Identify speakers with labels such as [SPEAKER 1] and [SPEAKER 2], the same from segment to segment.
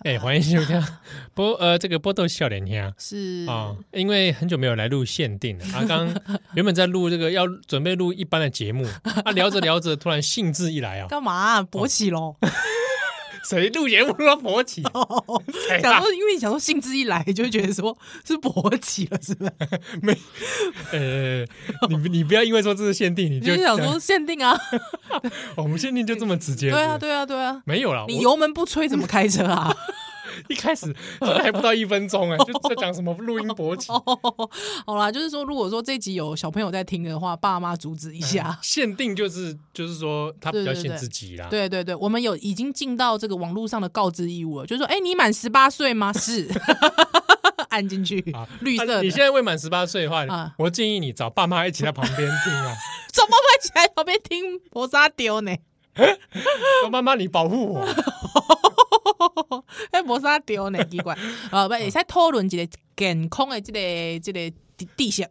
[SPEAKER 1] 哎，欢迎收听 波呃这个波豆笑脸听啊、
[SPEAKER 2] 是
[SPEAKER 1] 因为很久没有来录限定了，啊， 刚原本在录这个要准备录一般的节目，啊，聊着聊着突然兴致一 来啊，
[SPEAKER 2] 干嘛勃起喽？
[SPEAKER 1] 哎谁录节目录到勃起？谁
[SPEAKER 2] 哦想
[SPEAKER 1] 啊？
[SPEAKER 2] 说，因为你想说兴致一来，就会觉得说是勃起了，是不是？
[SPEAKER 1] 没，呃，你不你不要因为说这是限定，你
[SPEAKER 2] 你
[SPEAKER 1] 就
[SPEAKER 2] 就想说限定啊？
[SPEAKER 1] 哦我们限 定就这么直接，
[SPEAKER 2] 对啊，
[SPEAKER 1] 是不是，
[SPEAKER 2] 对啊，对啊！
[SPEAKER 1] 没有啦，
[SPEAKER 2] 你
[SPEAKER 1] 我
[SPEAKER 2] 油门不吹怎么开 车啊？
[SPEAKER 1] 一开始真的还不到一分钟哎，就在讲什么录音勃
[SPEAKER 2] 哦
[SPEAKER 1] 起，
[SPEAKER 2] 好啦，就是说，如果说这集有小朋友在听的话，爸妈阻止一下。
[SPEAKER 1] 限定就是就是说他比较
[SPEAKER 2] 对对
[SPEAKER 1] 限
[SPEAKER 2] 对
[SPEAKER 1] 自己啦，
[SPEAKER 2] 对对对，我们有已经尽到这个网络上的告知义务了，就是说，哎，你满十八岁 吗？是，按进去
[SPEAKER 1] 啊，
[SPEAKER 2] 绿色
[SPEAKER 1] 啊
[SPEAKER 2] 的，
[SPEAKER 1] 你现在未满十八岁的话，
[SPEAKER 2] 啊
[SPEAKER 1] 我建议你找爸妈一起在旁边听啊。
[SPEAKER 2] 怎么会起来旁边听婆沙丢呢？
[SPEAKER 1] 说妈妈，你保护我。
[SPEAKER 2] 迄哎无啥对呢，奇怪。啊，
[SPEAKER 1] 嗯
[SPEAKER 2] 不，会使讨论一个健康的这个这个知知识，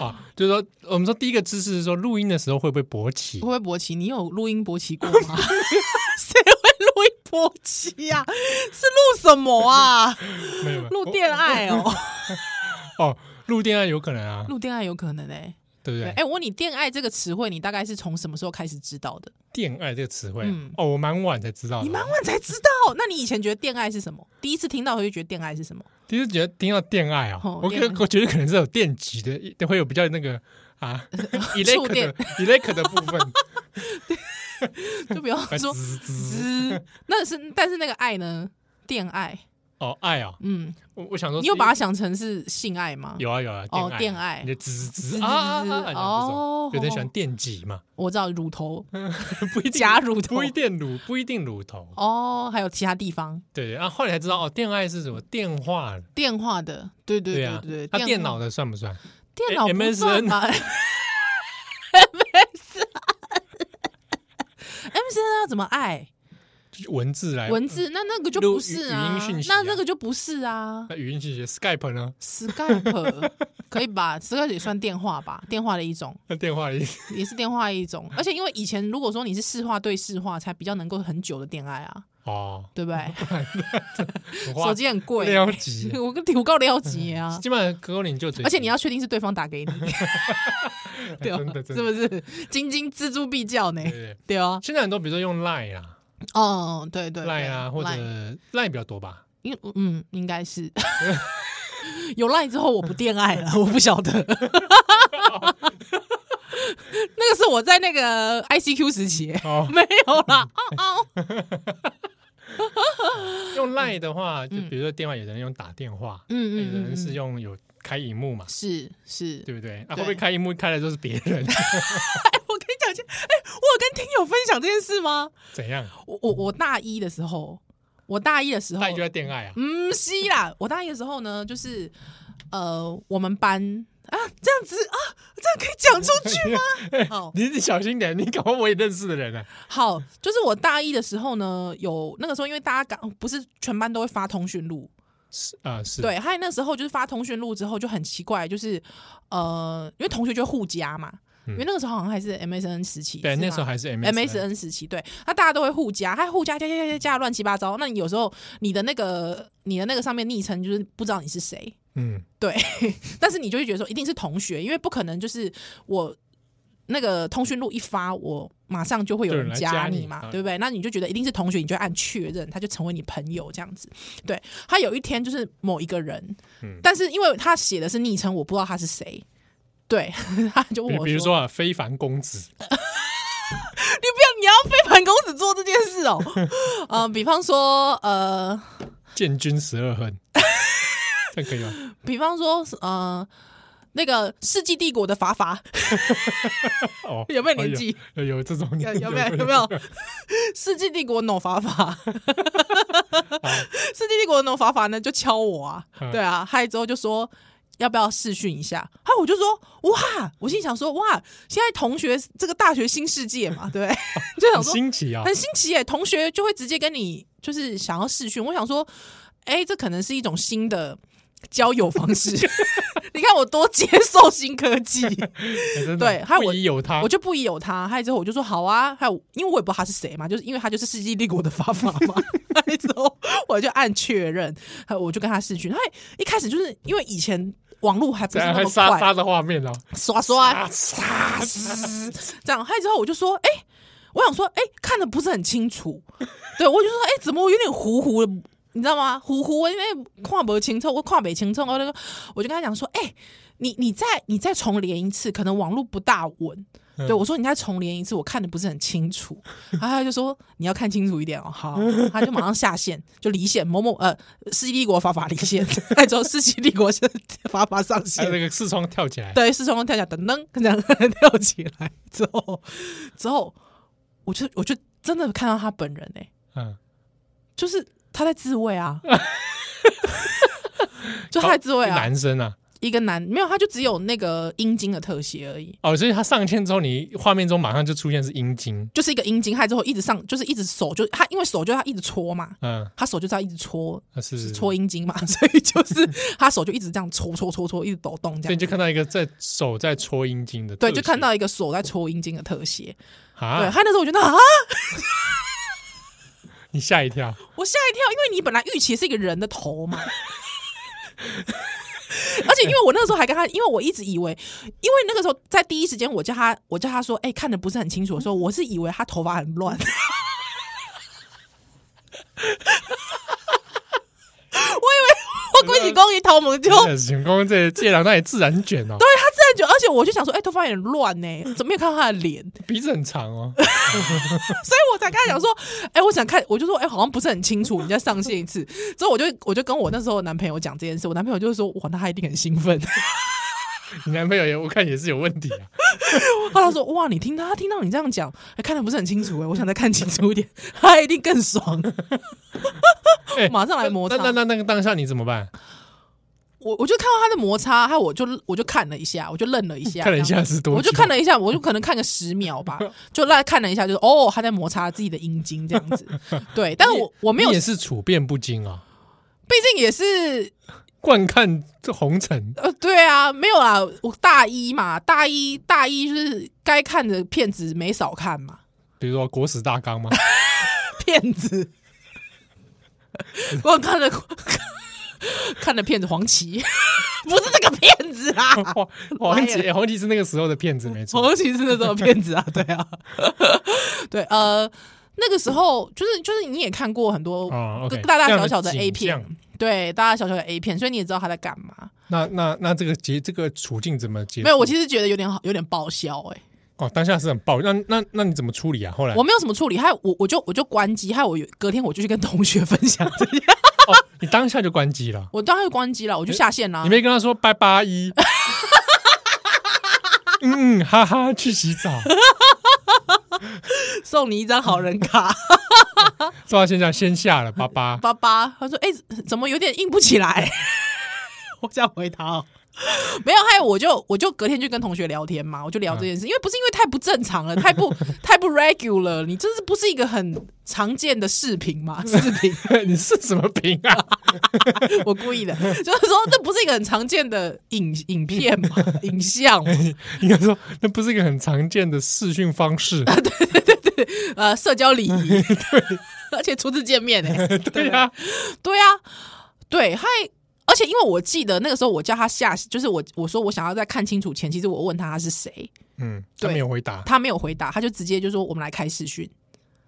[SPEAKER 1] 啊，就是说，我们说第一个知识是说，录音的时候会不会勃起
[SPEAKER 2] 会不？会勃起？你有录音勃起过 吗？谁会录音勃起呀、啊？是录什 么啊？
[SPEAKER 1] 没有，没有
[SPEAKER 2] 录恋爱哦，
[SPEAKER 1] 哦，录恋爱有可能啊，
[SPEAKER 2] 录恋爱有可能哎、
[SPEAKER 1] 对不
[SPEAKER 2] 对，哎、
[SPEAKER 1] 对？
[SPEAKER 2] 我问你，恋爱这个词汇，你大概是从什么时候开始知道的？
[SPEAKER 1] 恋爱这个词汇
[SPEAKER 2] 嗯，
[SPEAKER 1] 哦，我蛮晚才知道的。
[SPEAKER 2] 你蛮晚才知道，那你以前觉得恋爱是什么？第一次听到会觉得恋爱是 什么？
[SPEAKER 1] 第一次觉得听到恋爱啊
[SPEAKER 2] 哦，
[SPEAKER 1] 我觉得
[SPEAKER 2] 恋爱
[SPEAKER 1] 我觉得可能是有电极的，会有比较那个 啊，elec
[SPEAKER 2] 电
[SPEAKER 1] 的 elec 的部分，
[SPEAKER 2] 就比方说，
[SPEAKER 1] 滋滋
[SPEAKER 2] 滋，那是，但是那个爱呢？恋爱，
[SPEAKER 1] 哦，爱啊，
[SPEAKER 2] 嗯，
[SPEAKER 1] 我我想说是一，
[SPEAKER 2] 你有把它想成是性爱吗？
[SPEAKER 1] 有啊有啊，
[SPEAKER 2] 哦
[SPEAKER 1] 电
[SPEAKER 2] 电爱
[SPEAKER 1] 你就滋滋
[SPEAKER 2] 滋
[SPEAKER 1] 啊啊
[SPEAKER 2] 滋
[SPEAKER 1] 啊啊，
[SPEAKER 2] 哦
[SPEAKER 1] 哦，有的人喜欢电极嘛，
[SPEAKER 2] 我知道 乳头
[SPEAKER 1] 不一定
[SPEAKER 2] 夹乳头
[SPEAKER 1] 不一定乳不一定乳头，
[SPEAKER 2] 哦，还有其他地方
[SPEAKER 1] 对对，然后后来才知道哦，电爱是什么电话，
[SPEAKER 2] 电话的，对对
[SPEAKER 1] 啊
[SPEAKER 2] 对对，，
[SPEAKER 1] 那电
[SPEAKER 2] 话
[SPEAKER 1] 脑哎的算不算？
[SPEAKER 2] 电脑
[SPEAKER 1] M-
[SPEAKER 2] 不算
[SPEAKER 1] MSN
[SPEAKER 2] 吧 ？MSN MSN 要怎么爱
[SPEAKER 1] 就是文字来
[SPEAKER 2] 文字？那那个就
[SPEAKER 1] 哎录
[SPEAKER 2] 不
[SPEAKER 1] 语
[SPEAKER 2] 是
[SPEAKER 1] 语
[SPEAKER 2] 啊
[SPEAKER 1] 音讯，息
[SPEAKER 2] 那
[SPEAKER 1] 啊
[SPEAKER 2] 那个就不是啊。
[SPEAKER 1] 那语音信息 Skype 呢？
[SPEAKER 2] Skype 可以吧？Skype 也算电话吧，电话的一种，
[SPEAKER 1] 那电话也
[SPEAKER 2] 也是电话的一种。而且因为以前如果说你是市话对市话，才比较能够很久的恋爱啊，
[SPEAKER 1] 哦，
[SPEAKER 2] 对不对？
[SPEAKER 1] 很花
[SPEAKER 2] 手机很贵、
[SPEAKER 1] 撩急
[SPEAKER 2] 我跟我告撩急啊。
[SPEAKER 1] 基本上哥你就嘴，
[SPEAKER 2] 而且你要确定是对方打给 你，对吧？哦
[SPEAKER 1] 真的真的
[SPEAKER 2] 是不是？斤斤锱铢必较呢
[SPEAKER 1] 对，对对
[SPEAKER 2] 对啊，
[SPEAKER 1] 现在很多比如说用 Line 啊
[SPEAKER 2] 哦，对对对
[SPEAKER 1] ，Line 啊或者
[SPEAKER 2] Line
[SPEAKER 1] Line 比较多吧，
[SPEAKER 2] 因嗯，应该是 有赖之后我不恋爱了，我 不晓得。那个是我在那个 ICQ 时期，
[SPEAKER 1] 哦
[SPEAKER 2] 没有啦。哦哦，嗯
[SPEAKER 1] 用 Line 的话，就比如说电话，有人用打电话，有
[SPEAKER 2] 嗯
[SPEAKER 1] 哎人
[SPEAKER 2] 嗯嗯
[SPEAKER 1] 是
[SPEAKER 2] 嗯，
[SPEAKER 1] 用有开荧幕嘛，
[SPEAKER 2] 是是。
[SPEAKER 1] 对不对？啊，
[SPEAKER 2] 对
[SPEAKER 1] 会不会开荧幕开的都是别人？
[SPEAKER 2] 我跟你讲一件，哎，我有跟听友分享这件事吗？
[SPEAKER 1] 怎样？
[SPEAKER 2] 我我我大一的时候，我大一的时候，
[SPEAKER 1] 那就在恋爱啊？
[SPEAKER 2] 嗯，是啦，我大一的时候呢，就是呃，我们班啊，这样子啊，这样可以讲出去吗？好
[SPEAKER 1] 你你小心点，你搞我也认识的人 啊。
[SPEAKER 2] 好，就是我大一的时候呢，有那个时候因为大家刚不是全班都会发通讯录，
[SPEAKER 1] 是啊，是，
[SPEAKER 2] 对，还有那时候就是发通讯录之后就很奇怪，就是呃，因为同学就会互加嘛，因为那个时候好像还是 MSN 时期，
[SPEAKER 1] 嗯对，
[SPEAKER 2] 是
[SPEAKER 1] 那
[SPEAKER 2] 吗
[SPEAKER 1] 时候还是
[SPEAKER 2] MSN 时期，对，那大家都会互加，还互加加加加加加乱七八糟。那你有时候你的那个你的那个上面昵称就是不知道你是谁，
[SPEAKER 1] 嗯，
[SPEAKER 2] 对，但是你就会觉得说一定是同学，因为不可能就是我那个通讯录一发，我马上就会有
[SPEAKER 1] 就有
[SPEAKER 2] 人
[SPEAKER 1] 人来
[SPEAKER 2] 加
[SPEAKER 1] 加
[SPEAKER 2] 你
[SPEAKER 1] 你
[SPEAKER 2] 嘛，
[SPEAKER 1] 啊
[SPEAKER 2] 对不对？那你就觉得一定是同学，你就按确认，他就成为你朋友这样子。对，他有一天就是某一个人，
[SPEAKER 1] 嗯
[SPEAKER 2] 但是因为他写的是昵称，我不知道他是谁。对， 他就问
[SPEAKER 1] 比
[SPEAKER 2] 我
[SPEAKER 1] 比如说啊，非凡公子，
[SPEAKER 2] 你不要，你要非凡公子做这件事哦。 呃，比方说，呃，
[SPEAKER 1] 建军十二 恨，这样可以吗？
[SPEAKER 2] 比方说，呃，那个《世纪帝国》的法法
[SPEAKER 1] 哦，
[SPEAKER 2] 有没有年纪？
[SPEAKER 1] 哦？有有有这种
[SPEAKER 2] 有有没有有没 有《世纪帝国》no 法法？《世纪帝国》no 法法呢就敲我啊，
[SPEAKER 1] 嗯
[SPEAKER 2] 对啊，嗨之后就说。要不要试训一下？啊，我就说哇，我心想说哇，现在同学这个大学新世界嘛， 对不对，就想
[SPEAKER 1] 很
[SPEAKER 2] 说
[SPEAKER 1] 新奇啊？
[SPEAKER 2] 很新奇耶！同学就会直接跟你就是想要试训，我想说，哎、这可能是一种新的交友方式。 你看我多接受新科技，
[SPEAKER 1] 真的
[SPEAKER 2] 对还有
[SPEAKER 1] 不
[SPEAKER 2] 我
[SPEAKER 1] 疑有他
[SPEAKER 2] 我。就不疑有他。还有之后我就说好啊，还有因为我也不知道他是谁嘛，就是因为他就是《世纪帝国》的法法嘛。 还有之后我就按确认，还有我就跟他视讯。他一开始就是因为以前网络还不
[SPEAKER 1] 这
[SPEAKER 2] 是
[SPEAKER 1] 样
[SPEAKER 2] 那
[SPEAKER 1] 还
[SPEAKER 2] 么
[SPEAKER 1] 杀
[SPEAKER 2] 快，
[SPEAKER 1] 杀的画面了，
[SPEAKER 2] 刷刷
[SPEAKER 1] 啊杀死！
[SPEAKER 2] 这样。还有之后我就说，哎、我想说，哎、看的不是很清楚，对我就说，哎、怎么我有点糊糊的？你知道吗？糊糊，我因为看不清楚，我看不清楚，我那个，我就跟他讲说，哎、你你再你再重连一次，可能网络不大稳。
[SPEAKER 1] 嗯
[SPEAKER 2] 对我说，你再重连一次，我看的不是很清楚。然后他就说你要看清楚一点哦。好，他就马上下线，就离线某某呃，世纪帝国法法离线， 还之后世纪帝国法法上
[SPEAKER 1] 还
[SPEAKER 2] 线
[SPEAKER 1] 有。那个视窗跳起来，
[SPEAKER 2] 对，四川跳起来，噔噔，这样跳起来之后，之后我就我就真的看到他本人哎、
[SPEAKER 1] 嗯，
[SPEAKER 2] 就是他在自慰啊，就他在自慰啊，
[SPEAKER 1] 男生啊，
[SPEAKER 2] 一个男没有，他就只有那个阴茎的特写而已，
[SPEAKER 1] 哦，所以他上线之后，你画面中马上就出现是阴茎，
[SPEAKER 2] 就是一个阴茎，害之后一直上，就是一直手就他因为手就他一直搓嘛，
[SPEAKER 1] 嗯，
[SPEAKER 2] 他手就是要一直搓。
[SPEAKER 1] 那是
[SPEAKER 2] 是
[SPEAKER 1] 所
[SPEAKER 2] 搓阴茎嘛， 所以就是他手就一直这样搓搓搓搓，一直抖动这
[SPEAKER 1] 以你
[SPEAKER 2] 样
[SPEAKER 1] 就
[SPEAKER 2] 子。
[SPEAKER 1] 看到一个在手在戳阴茎的特
[SPEAKER 2] 对，
[SPEAKER 1] 写，
[SPEAKER 2] 就看到一个手在搓阴茎的特写。对
[SPEAKER 1] 啊，
[SPEAKER 2] 他那时候我觉得啊，
[SPEAKER 1] 你吓一跳，
[SPEAKER 2] 我吓一跳，因为你本来预期是一个人的头嘛。 而且因为我那个时候还跟他，因为我一直以为，因为那个时候在第一时间我叫他，我叫他说，哎、看的不是很清楚的时候，我是以为他头发很乱。 我以为我恭喜恭喜桃 萌就
[SPEAKER 1] 真的是光这这人那也自然卷哦，对，
[SPEAKER 2] 站久，而且我就想说，哎、头发有点乱呢、怎么没有看到他的脸？
[SPEAKER 1] 鼻子很长哦，
[SPEAKER 2] 所以我才跟他讲说，哎、我想看，我就说，哎、好像不是很清楚，你再上线一次。之后我就我就跟我那时候的男朋友讲这件事，我男朋友就说，哇，那他一定很兴奋。
[SPEAKER 1] 你男朋友也我看也是有问题啊，
[SPEAKER 2] 后来他说，哇，你听到他听到你这样讲，哎、看的不是很清楚哎、我想再看清楚一点， 他一定更爽。
[SPEAKER 1] 哎
[SPEAKER 2] 马上来摩
[SPEAKER 1] 那
[SPEAKER 2] 擦，
[SPEAKER 1] 那那那个当下你怎么办？
[SPEAKER 2] 我我就看到他的摩擦，还有我就我就看了一下，我就愣了一下，
[SPEAKER 1] 看了一下是多久，
[SPEAKER 2] 我就看了一下，我就可能看个十 秒吧，就那看了一下，就是哦，他在摩擦自己的阴茎这样子，对，但是我我没有，
[SPEAKER 1] 你
[SPEAKER 2] 毕
[SPEAKER 1] 也是处变不惊啊，
[SPEAKER 2] 竟也是
[SPEAKER 1] 惯看这红尘，
[SPEAKER 2] 呃，对啊，没有啦，我大一嘛，大一大一就是该看的片子没少看嘛，
[SPEAKER 1] 比如说国史大纲嘛，
[SPEAKER 2] 骗子，我看了看了片子黄旗， 不是这个骗子啦，
[SPEAKER 1] 黄黄
[SPEAKER 2] 来
[SPEAKER 1] 杰黄杰是那个时候的骗子，没错，
[SPEAKER 2] 黄旗是那种骗子啊，对啊，对呃，那个时候就是就是你也看过很多
[SPEAKER 1] 哦，OK，
[SPEAKER 2] 大大
[SPEAKER 1] 这样
[SPEAKER 2] 小小的
[SPEAKER 1] 景
[SPEAKER 2] A 片
[SPEAKER 1] 象，
[SPEAKER 2] 对，大大小小的 A 片，所以你也知道他在干嘛。
[SPEAKER 1] 那那那这个结这个处境怎么结束？
[SPEAKER 2] 没有，我其实觉得有点好，有点报销哎、欸
[SPEAKER 1] 哦，当下是很爆，那那那你怎么处理啊？后来
[SPEAKER 2] 我没有什么处理，还有我我就我就关机，还有我有隔天我就去跟同学分享这些，
[SPEAKER 1] 哦，你当下就关机了，
[SPEAKER 2] 我当然就关机了，我就下线啦
[SPEAKER 1] 你。没跟他说拜拜 一，嗯，哈哈，去洗澡，
[SPEAKER 2] 送你一张好人卡，
[SPEAKER 1] 说到现在先下了，爸爸，
[SPEAKER 2] 爸爸他说哎、怎么有点硬不起来？ 我这样回他哦，没有，还有我就我就隔天就跟同学聊天嘛，我就聊这件事，因为不是因为太不正常了，太不太不 regular，你真是不是一个很常见的视频嘛？视频
[SPEAKER 1] 你是什么病啊？
[SPEAKER 2] 我故意的，就是说这不是一个很常见的影影片嘛，影像嘛
[SPEAKER 1] 应该说那不是一个很常见的视讯方 式，
[SPEAKER 2] 呃社交礼
[SPEAKER 1] 嗯
[SPEAKER 2] 仪，而且初次见面哎、
[SPEAKER 1] 对呀，
[SPEAKER 2] 对啊，对，还而且因为我记得那个时候我叫他下，就是我我说我想要在看清楚前，其实我问他他是谁，
[SPEAKER 1] 嗯，他
[SPEAKER 2] 对
[SPEAKER 1] 没有回答
[SPEAKER 2] 他没有回答，他就直接就说我们来开视讯。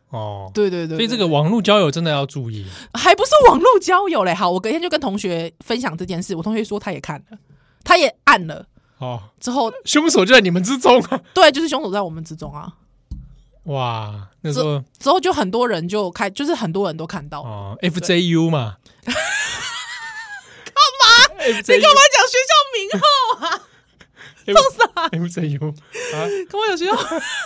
[SPEAKER 1] 哦，
[SPEAKER 2] 对对对
[SPEAKER 1] 所以这个网络交友真的要注意，
[SPEAKER 2] 还不是网络交友嘞。好，我隔天就跟同学分享这件事，我同学说他也看了，他也按了
[SPEAKER 1] 哦，
[SPEAKER 2] 之后，
[SPEAKER 1] 凶手就在你们之中啊！
[SPEAKER 2] 对，就是凶手在我们之中啊。
[SPEAKER 1] 哇，那时候
[SPEAKER 2] 之后就很多人就开，就是很多人都看到。
[SPEAKER 1] 哦，FJU 嘛， 干嘛？
[SPEAKER 2] 你干嘛讲学校名号啊？
[SPEAKER 1] FJU 啊
[SPEAKER 2] 跟我讲学校，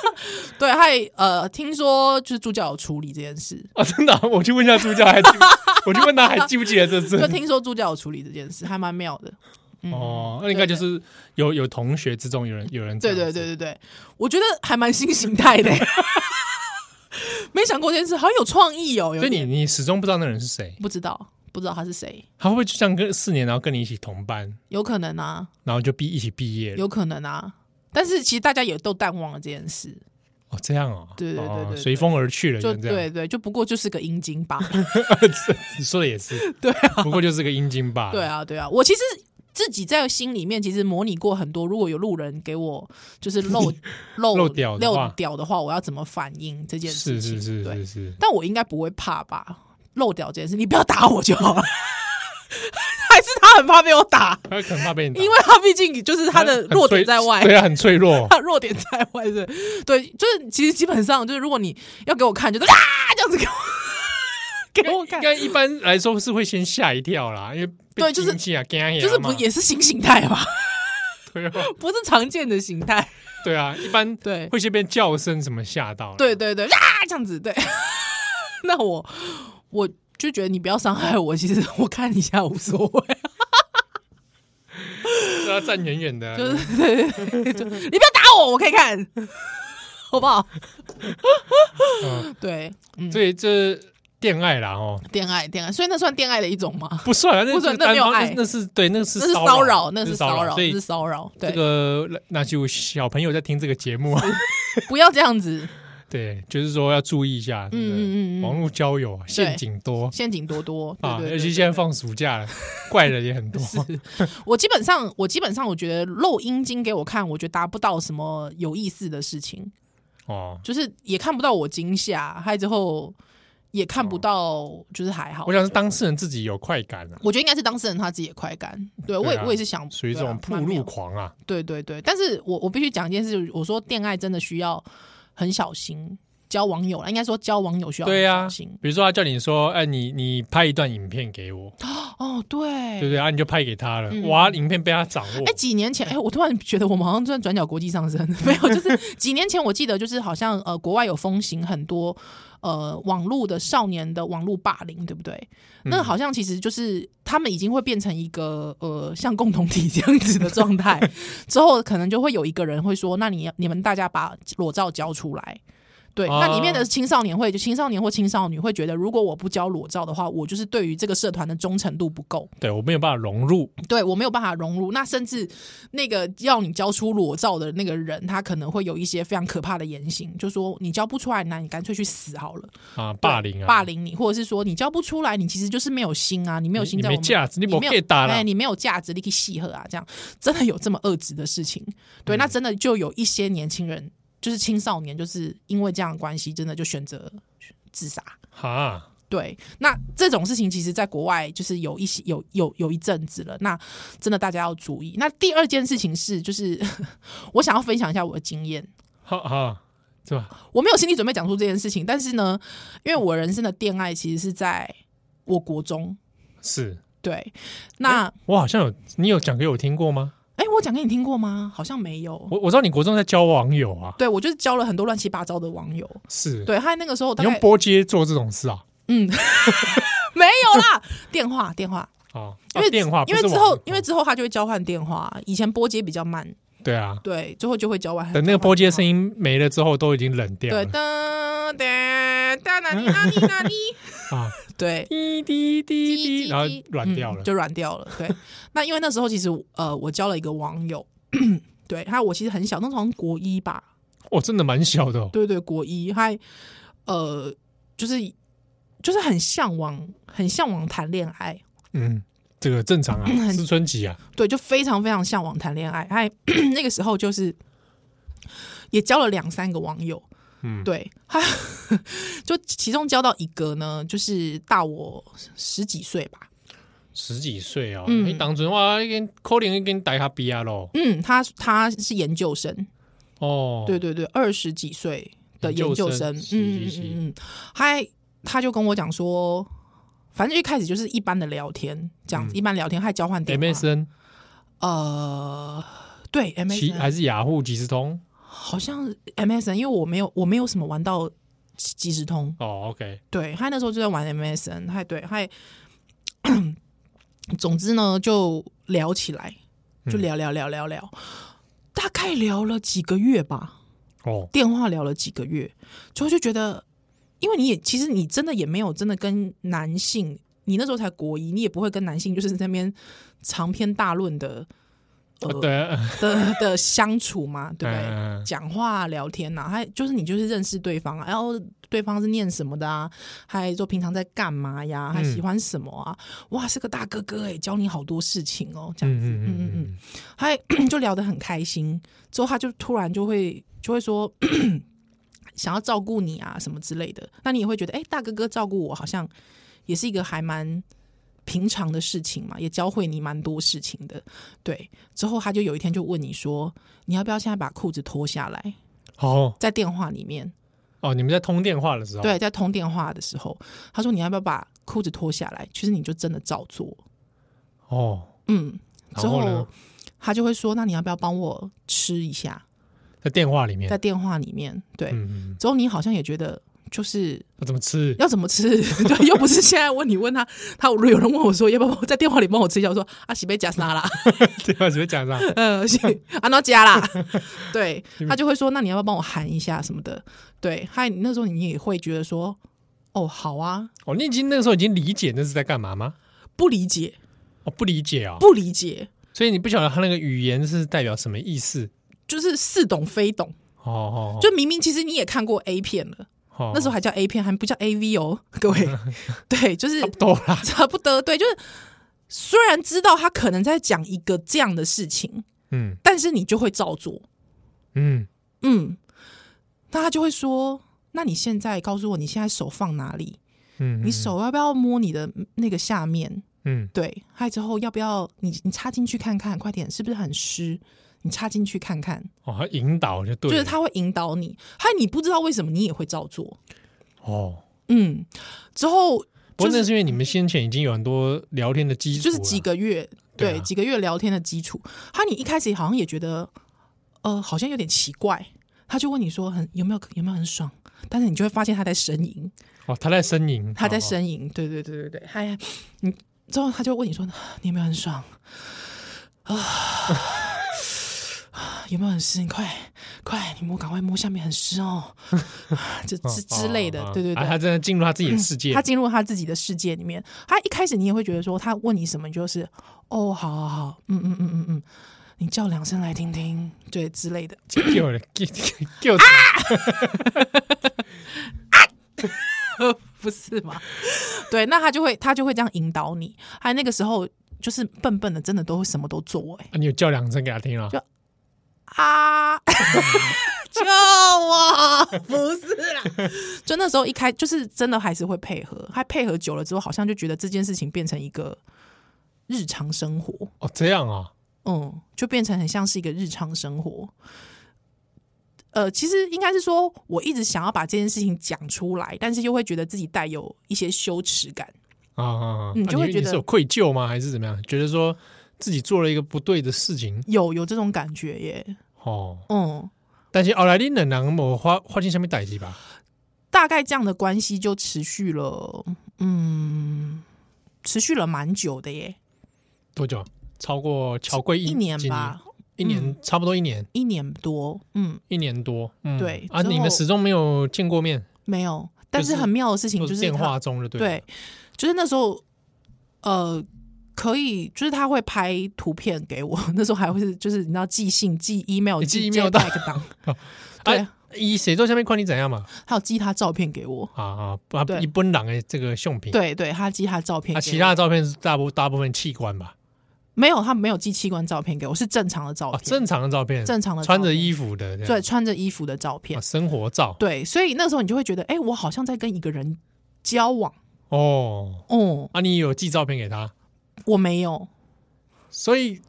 [SPEAKER 2] 对，还呃，听说就是助教有处理这件事，
[SPEAKER 1] 啊！真的啊，我去问一下助教，还记不， 我去问他还记不记得这
[SPEAKER 2] 就
[SPEAKER 1] 次？
[SPEAKER 2] 听说助教有处理这件事，还蛮妙的。
[SPEAKER 1] 哦，那应该就是有有同学之中有人有人这
[SPEAKER 2] 对
[SPEAKER 1] 样子
[SPEAKER 2] 对对对对，我觉得还蛮新形态的， 没想过这件事，好有创意哦。有
[SPEAKER 1] 所以
[SPEAKER 2] 点
[SPEAKER 1] 你你始终不知道那人是谁
[SPEAKER 2] 不知道，不知道他是谁，
[SPEAKER 1] 他会不会就像跟四年，然后跟你一起同班，
[SPEAKER 2] 有可能啊，
[SPEAKER 1] 然后就毕一起毕业了？
[SPEAKER 2] 有可能啊。但是其实大家也都淡忘了这件事，
[SPEAKER 1] 哦，这样哦，
[SPEAKER 2] 对对对
[SPEAKER 1] 哦
[SPEAKER 2] 对对
[SPEAKER 1] 随风而去了，
[SPEAKER 2] 就
[SPEAKER 1] 就这样。
[SPEAKER 2] 对对，就不过就是个阴茎罢了。
[SPEAKER 1] 你说的也是，
[SPEAKER 2] 对
[SPEAKER 1] 啊，不过就是个阴茎罢了。
[SPEAKER 2] 对，啊，对啊，我其实自己在心里面其实模拟过很多，如果有路人给我就是 漏漏
[SPEAKER 1] 漏屌的话
[SPEAKER 2] 漏屌的话，我要怎么反应这件事
[SPEAKER 1] 是是
[SPEAKER 2] 情？
[SPEAKER 1] 是
[SPEAKER 2] 对，
[SPEAKER 1] 是是，
[SPEAKER 2] 但我应该不会怕吧？漏屌这件事，你不要打我就好 了。还是他很怕被我打，
[SPEAKER 1] 他很怕被你打，
[SPEAKER 2] 因为他毕竟就是他的
[SPEAKER 1] 很
[SPEAKER 2] 弱
[SPEAKER 1] 脆
[SPEAKER 2] 点在外。
[SPEAKER 1] 对啊，很脆 弱。
[SPEAKER 2] 他弱点在外是，对，就是其实基本上就是，如果你要给我看，就是啊这样子给我给我 看
[SPEAKER 1] 应，该一般来说是会先吓一跳啦，因为被
[SPEAKER 2] 对就是
[SPEAKER 1] 惊吓惊吓
[SPEAKER 2] 就是不
[SPEAKER 1] 嘛
[SPEAKER 2] 也是新形态吧，
[SPEAKER 1] 对啊
[SPEAKER 2] 不是常见的形态，
[SPEAKER 1] 对啊，一般
[SPEAKER 2] 对
[SPEAKER 1] 会先被叫声什么吓到了。
[SPEAKER 2] 对对对，啊这样子对。 那我我就觉得你不要伤害我，其实我看一下无所谓，
[SPEAKER 1] 就要站远远的，
[SPEAKER 2] 就是 对对对，就你不要打我，我可以看，好不好？
[SPEAKER 1] 嗯，
[SPEAKER 2] 对，嗯，
[SPEAKER 1] 所以这恋爱啦哦，
[SPEAKER 2] 恋爱恋爱，所以那算恋爱的一种吗？
[SPEAKER 1] 不算啊，那
[SPEAKER 2] 不算
[SPEAKER 1] 是单
[SPEAKER 2] 那没有
[SPEAKER 1] 方
[SPEAKER 2] 爱
[SPEAKER 1] 那是对，那是
[SPEAKER 2] 那是
[SPEAKER 1] 骚
[SPEAKER 2] 骚扰，那
[SPEAKER 1] 是
[SPEAKER 2] 是骚
[SPEAKER 1] 扰，
[SPEAKER 2] 扰，
[SPEAKER 1] 所
[SPEAKER 2] 那是
[SPEAKER 1] 以。
[SPEAKER 2] 骚扰。
[SPEAKER 1] 这
[SPEAKER 2] 对，
[SPEAKER 1] 个那那就小朋友在听这个节 目啊，
[SPEAKER 2] 不要这样子，
[SPEAKER 1] 对，就是说要注意一下，对不对
[SPEAKER 2] 嗯嗯嗯嗯
[SPEAKER 1] 网络交友啊陷阱多
[SPEAKER 2] 陷阱多多。对
[SPEAKER 1] 啊，
[SPEAKER 2] 对
[SPEAKER 1] 尤
[SPEAKER 2] 对
[SPEAKER 1] 其
[SPEAKER 2] 对
[SPEAKER 1] 现在放暑假了，怪人也很 多，
[SPEAKER 2] 我基本上，我基本上，我觉得露阴茎给我看，我觉得达不到什么有意思的事情，
[SPEAKER 1] 哦。
[SPEAKER 2] 就是也看不到我惊吓，还有之后也看不到，就是还好
[SPEAKER 1] 哦我。想是当事人自己有快感啊，
[SPEAKER 2] 我觉得应该是当事人他自己的快感，对我也、
[SPEAKER 1] 对啊
[SPEAKER 2] 我也是想
[SPEAKER 1] 属于这
[SPEAKER 2] 对
[SPEAKER 1] 种
[SPEAKER 2] 啊
[SPEAKER 1] 铺
[SPEAKER 2] 蛮
[SPEAKER 1] 路
[SPEAKER 2] 妙
[SPEAKER 1] 狂啊，
[SPEAKER 2] 对对对，但是我我必须讲一件事，我说恋爱真的需要很小心，交网友啦，应该说交网友需要很
[SPEAKER 1] 对啊
[SPEAKER 2] 小心。
[SPEAKER 1] 比如说他叫你说，哎，你你拍一段影片给我，
[SPEAKER 2] 哦，
[SPEAKER 1] 对不对？啊，你就拍给他了，
[SPEAKER 2] 嗯
[SPEAKER 1] 哇，影片被他掌握
[SPEAKER 2] 哎、，几年前，哎、我突然觉得我们好像在转角国际上升， 没有，就是几年前，我记得就是好像呃，国外有风行很多呃网络的少年的网络霸凌，对不对？那好像其实就是他们已经会变成一个呃像共同体这样子的状态，之后可能就会有一个人会说，那你要你们大家把裸照交出来。对，
[SPEAKER 1] 啊
[SPEAKER 2] 那里面的青少年会，就青少年或青少女会觉得，如果我不交裸照的话，我就是对于这个社团的忠诚度不够。
[SPEAKER 1] 对我没有办法融入，
[SPEAKER 2] 对我没有办法融入。那甚至那个要你交出裸照的那个人，他可能会有一些非常可怕的言行，就说你交不出来，那你干脆去死好了，
[SPEAKER 1] 啊，霸凌啊，
[SPEAKER 2] 霸凌你，或者是说你交不出来，你其实就是没有心啊，你没有
[SPEAKER 1] 你
[SPEAKER 2] 心
[SPEAKER 1] 你
[SPEAKER 2] 在我
[SPEAKER 1] 没
[SPEAKER 2] 们。
[SPEAKER 1] 价值，你
[SPEAKER 2] 你
[SPEAKER 1] 不
[SPEAKER 2] 没
[SPEAKER 1] 可以
[SPEAKER 2] 有
[SPEAKER 1] 打
[SPEAKER 2] 哎
[SPEAKER 1] 了，
[SPEAKER 2] 你没有价值，你可以戏喝啊，这样真的有这么恶质的事情？
[SPEAKER 1] 嗯
[SPEAKER 2] 对，那真的就有一些年轻人，就是青少年，就是因为这样的关系，真的就选择自杀。
[SPEAKER 1] 哈，
[SPEAKER 2] 对，那这种事情其实在国外就是有一些有有有一阵子了，那真的大家要注意。那第二件事情是，就是 我想要分享一下我的经验。
[SPEAKER 1] 哈哈，是吧？
[SPEAKER 2] 我没有心理准备讲出这件事情，但是呢，因为我人生的恋爱其实是在我国中。
[SPEAKER 1] 是
[SPEAKER 2] 对，那
[SPEAKER 1] 我好像有，你有讲给我听过吗？
[SPEAKER 2] 哎、我讲给你听过吗？好像没有。
[SPEAKER 1] 我我知道你国中在交网友啊，
[SPEAKER 2] 对，我就是交了很多乱七八糟的网友。
[SPEAKER 1] 是，
[SPEAKER 2] 对，他那个时候
[SPEAKER 1] 你
[SPEAKER 2] 大
[SPEAKER 1] 用
[SPEAKER 2] 概
[SPEAKER 1] 波接做这种事啊，
[SPEAKER 2] 嗯，没有啦，电话电话，
[SPEAKER 1] 啊，
[SPEAKER 2] 因为、
[SPEAKER 1] 啊电话，
[SPEAKER 2] 因为
[SPEAKER 1] 不是
[SPEAKER 2] 之后
[SPEAKER 1] 网
[SPEAKER 2] 因为之后他就会交换电话，以前拨接比较慢，
[SPEAKER 1] 对啊，
[SPEAKER 2] 对，最后就会交完。
[SPEAKER 1] 等那个波接声
[SPEAKER 2] 音，
[SPEAKER 1] 音没了之后，都已经冷掉
[SPEAKER 2] 对，
[SPEAKER 1] 了
[SPEAKER 2] 哒哒哒哪里哪里哪里，
[SPEAKER 1] 啊，
[SPEAKER 2] 对，
[SPEAKER 1] 滴滴滴滴，然后软掉了
[SPEAKER 2] 嗯，就软掉了。对， 那因为那时候其实呃，我交了一个网友， 对，他我其实很小，那时候好像国一吧，
[SPEAKER 1] 哦，真的蛮小的哦，
[SPEAKER 2] 对对，国一，还呃，就是就是很向往，很向往谈恋爱，
[SPEAKER 1] 嗯，这个正 常啊，思春期啊，
[SPEAKER 2] 对，就非常非常向往谈恋爱。还 那个时候就是也交了两三个网友，
[SPEAKER 1] 嗯，
[SPEAKER 2] 对，他就其中交到一个呢，就是大我十几岁吧。
[SPEAKER 1] 十几岁哦，
[SPEAKER 2] 嗯
[SPEAKER 1] 你当初哇，一根可能一根大下毕业咯，
[SPEAKER 2] 嗯，他他是研究生，
[SPEAKER 1] 哦，
[SPEAKER 2] 对，对对，二十几岁的
[SPEAKER 1] 研究
[SPEAKER 2] 研究生，
[SPEAKER 1] 生
[SPEAKER 2] 嗯
[SPEAKER 1] 是
[SPEAKER 2] 嗯
[SPEAKER 1] 是
[SPEAKER 2] 嗯嗯，还他就跟我讲说，反正一开始就是一般的聊天，
[SPEAKER 1] 嗯
[SPEAKER 2] 这样、子，一般聊天还交换电话，
[SPEAKER 1] MSN
[SPEAKER 2] 呃，对
[SPEAKER 1] 其
[SPEAKER 2] MSN
[SPEAKER 1] 还是雅虎即时通
[SPEAKER 2] 好像 MSN，因为我没有我没有什么玩到即即时通，
[SPEAKER 1] 哦，OK，
[SPEAKER 2] 对，他那时候就在玩 MSN，还对，还总之呢就聊起来，就聊聊聊聊聊，大概聊了几个月吧，
[SPEAKER 1] 哦，
[SPEAKER 2] 电话聊了几个月，之后就觉得，因为你也其实你真的也没有真的跟男性你那时候才国一，你也不会跟男性就是在那边长篇大论的，呃
[SPEAKER 1] 哦对啊，
[SPEAKER 2] 的的相处嘛，对不对？
[SPEAKER 1] 嗯
[SPEAKER 2] 讲话、啊、聊天呐、啊，还就是你就是认识对方、啊，然后对方是念什么的啊，还说平常在干嘛呀，还喜欢什么啊？哇，是个大哥哥哎、教你好多事情哦，这样子，嗯嗯嗯，
[SPEAKER 1] 嗯
[SPEAKER 2] 还 就聊得很开心。之后他就突然就会就会说 想要照顾你啊什么之类的，那你也会觉得哎、大哥哥照顾我好像也是一个还蛮平常的事情嘛，也教会你蛮多事情的。对，之后他就有一天就问你说，你要不要现在把裤子脱下来？
[SPEAKER 1] 哦
[SPEAKER 2] 在电话里面，
[SPEAKER 1] 哦，你们在通电话的时候，
[SPEAKER 2] 对，在通电话的时候，他说你要不要把裤子脱下来？其实你就真的照做，
[SPEAKER 1] 哦，
[SPEAKER 2] 嗯。之
[SPEAKER 1] 然后呢，
[SPEAKER 2] 他就会说，那你要不要帮我吃一下？
[SPEAKER 1] 在电话里面
[SPEAKER 2] 在，电话里面，对，
[SPEAKER 1] 嗯，嗯
[SPEAKER 2] 之后你好像也觉得就是
[SPEAKER 1] 那怎么吃？
[SPEAKER 2] 要怎么吃，对，又不是现在问你问他，他有人问我说要不要在电话里帮我吃一下，我说啊喜贝加沙啦，
[SPEAKER 1] 对吧？只会讲上，
[SPEAKER 2] 呃是啊那 加啦，对
[SPEAKER 1] 嗯
[SPEAKER 2] 他就会说那你要不要帮我含一下什么的，对，嗨那时候你也会觉得说哦好啊，
[SPEAKER 1] 哦，你已经那个时候已经理解那是在干嘛吗？
[SPEAKER 2] 不理解
[SPEAKER 1] 哦，不理解哦，
[SPEAKER 2] 不理解，
[SPEAKER 1] 所以你不晓得他那个语言是代表什么意思。
[SPEAKER 2] 就是似懂非懂，
[SPEAKER 1] 哦哦，
[SPEAKER 2] 就明明其实你也看过 A 片了，
[SPEAKER 1] 就
[SPEAKER 2] 那时候还叫 A 片，还不叫 AV 哦，各 位，对，就是
[SPEAKER 1] 懂啦，
[SPEAKER 2] 差不多，对，就是虽然知道他可能在讲一个这样的事情，
[SPEAKER 1] 嗯
[SPEAKER 2] 但是你就会照做，
[SPEAKER 1] 嗯，
[SPEAKER 2] 嗯，那他就会说，那你现在告诉我你现在手放哪里？
[SPEAKER 1] 嗯，
[SPEAKER 2] 你手要不要摸你的那个下面？
[SPEAKER 1] 嗯，
[SPEAKER 2] 对，还有之后要不要你你插进去看看，快点，是不是很湿？你插进去看看，
[SPEAKER 1] 哦，还引导就对
[SPEAKER 2] 就
[SPEAKER 1] 了，
[SPEAKER 2] 是他会引导你，还有你不知道为什么你也会照做，
[SPEAKER 1] 哦。
[SPEAKER 2] 嗯，之后
[SPEAKER 1] 不过
[SPEAKER 2] 就是
[SPEAKER 1] 那是因为你们先前已经有很多聊天的基础了，
[SPEAKER 2] 就是几个月，
[SPEAKER 1] 对啊
[SPEAKER 2] 对几个月聊天的基础。他你一开始好像也觉得，呃，好像有点奇怪，他就问你说很有没有有没有很爽，但是你就会发现他在呻吟，
[SPEAKER 1] 哦，他在呻吟，
[SPEAKER 2] 他在
[SPEAKER 1] 哦，
[SPEAKER 2] 呻吟，对对对对对，哎，你之后他就问你说你有没有很爽 啊？有没有很湿？你快快，你摸，赶快摸，下面很湿哦， 就
[SPEAKER 1] 哦
[SPEAKER 2] 之之类的
[SPEAKER 1] 哦哦，
[SPEAKER 2] 对对
[SPEAKER 1] 啊
[SPEAKER 2] 对，
[SPEAKER 1] 他真的进入他自己的世界，
[SPEAKER 2] 他进入他自己的世界里面。他一开始你也会觉得说，他问你什么，你就是哦，好好好，嗯嗯嗯嗯嗯，你叫两声来听听，对之类的。
[SPEAKER 1] 救了，救
[SPEAKER 2] 啊
[SPEAKER 1] 救他，
[SPEAKER 2] 不是吗？ 对，那他就会他就会这样引导你。还那个时候就是笨笨的，真的都会什么都做、欸，
[SPEAKER 1] 啊你有叫两声给他听了
[SPEAKER 2] 就，啊， 救我！不是啦，就那时候一开，就是真的还是会配合，还配合久了之后，好像就觉得这件事情变成一个日常生活。
[SPEAKER 1] 哦，这样啊，
[SPEAKER 2] 嗯，就变成很像是一个日常生活。呃，其实应该是说，我一直想要把这件事情讲出来，但是又会觉得自己带有一些羞耻感。
[SPEAKER 1] 啊啊啊，
[SPEAKER 2] 你嗯就
[SPEAKER 1] 啊
[SPEAKER 2] 会觉
[SPEAKER 1] 你
[SPEAKER 2] 得
[SPEAKER 1] 是有愧疚吗？还是怎么样？觉得说自己做了一个不对的事情，
[SPEAKER 2] 有有这种感觉耶。
[SPEAKER 1] 哦，
[SPEAKER 2] 嗯，
[SPEAKER 1] 但是后来你两人无发发生什么代志吧？
[SPEAKER 2] 大概这样的关系就持续了，嗯，持续了蛮久的耶，
[SPEAKER 1] 多久？超过超过一
[SPEAKER 2] 一年吧，，嗯
[SPEAKER 1] 几年一年差不多一年，
[SPEAKER 2] 一年多。嗯，
[SPEAKER 1] 一年多。嗯
[SPEAKER 2] 对
[SPEAKER 1] 啊，
[SPEAKER 2] 之后
[SPEAKER 1] 你们始终没有见过面，
[SPEAKER 2] 没有。但
[SPEAKER 1] 就是是
[SPEAKER 2] 很妙的事情
[SPEAKER 1] 都
[SPEAKER 2] 就是是
[SPEAKER 1] 电
[SPEAKER 2] 他
[SPEAKER 1] 话中的对了
[SPEAKER 2] 对，就是那时候，呃，可以，就是他会拍图片给我， 那时候还会是，就是你知道寄信、寄 email、
[SPEAKER 1] 你寄 email 到
[SPEAKER 2] 带 个档，对
[SPEAKER 1] 啊，以写作下面看你怎样嘛？
[SPEAKER 2] 还有寄他照片给我，
[SPEAKER 1] 啊啊，不啊
[SPEAKER 2] 对
[SPEAKER 1] 一本人的这个相片，
[SPEAKER 2] 对对，他寄他照片给
[SPEAKER 1] 啊，
[SPEAKER 2] 我，
[SPEAKER 1] 其他的照片是大部大部分器官吧？
[SPEAKER 2] 没有，他没有寄器官照片给我，是正常的照
[SPEAKER 1] 哦，
[SPEAKER 2] 片，
[SPEAKER 1] 正常的照片，
[SPEAKER 2] 正常的
[SPEAKER 1] 穿着
[SPEAKER 2] 衣
[SPEAKER 1] 衣服的，这
[SPEAKER 2] 对
[SPEAKER 1] 样
[SPEAKER 2] 穿着衣服的照片
[SPEAKER 1] 啊，生活照
[SPEAKER 2] 对，所以那时候你就会觉得，哎，我好像在跟一个人交往，
[SPEAKER 1] 哦。
[SPEAKER 2] 哦，
[SPEAKER 1] 啊，你有寄照片给他，
[SPEAKER 2] 我没有，
[SPEAKER 1] 所以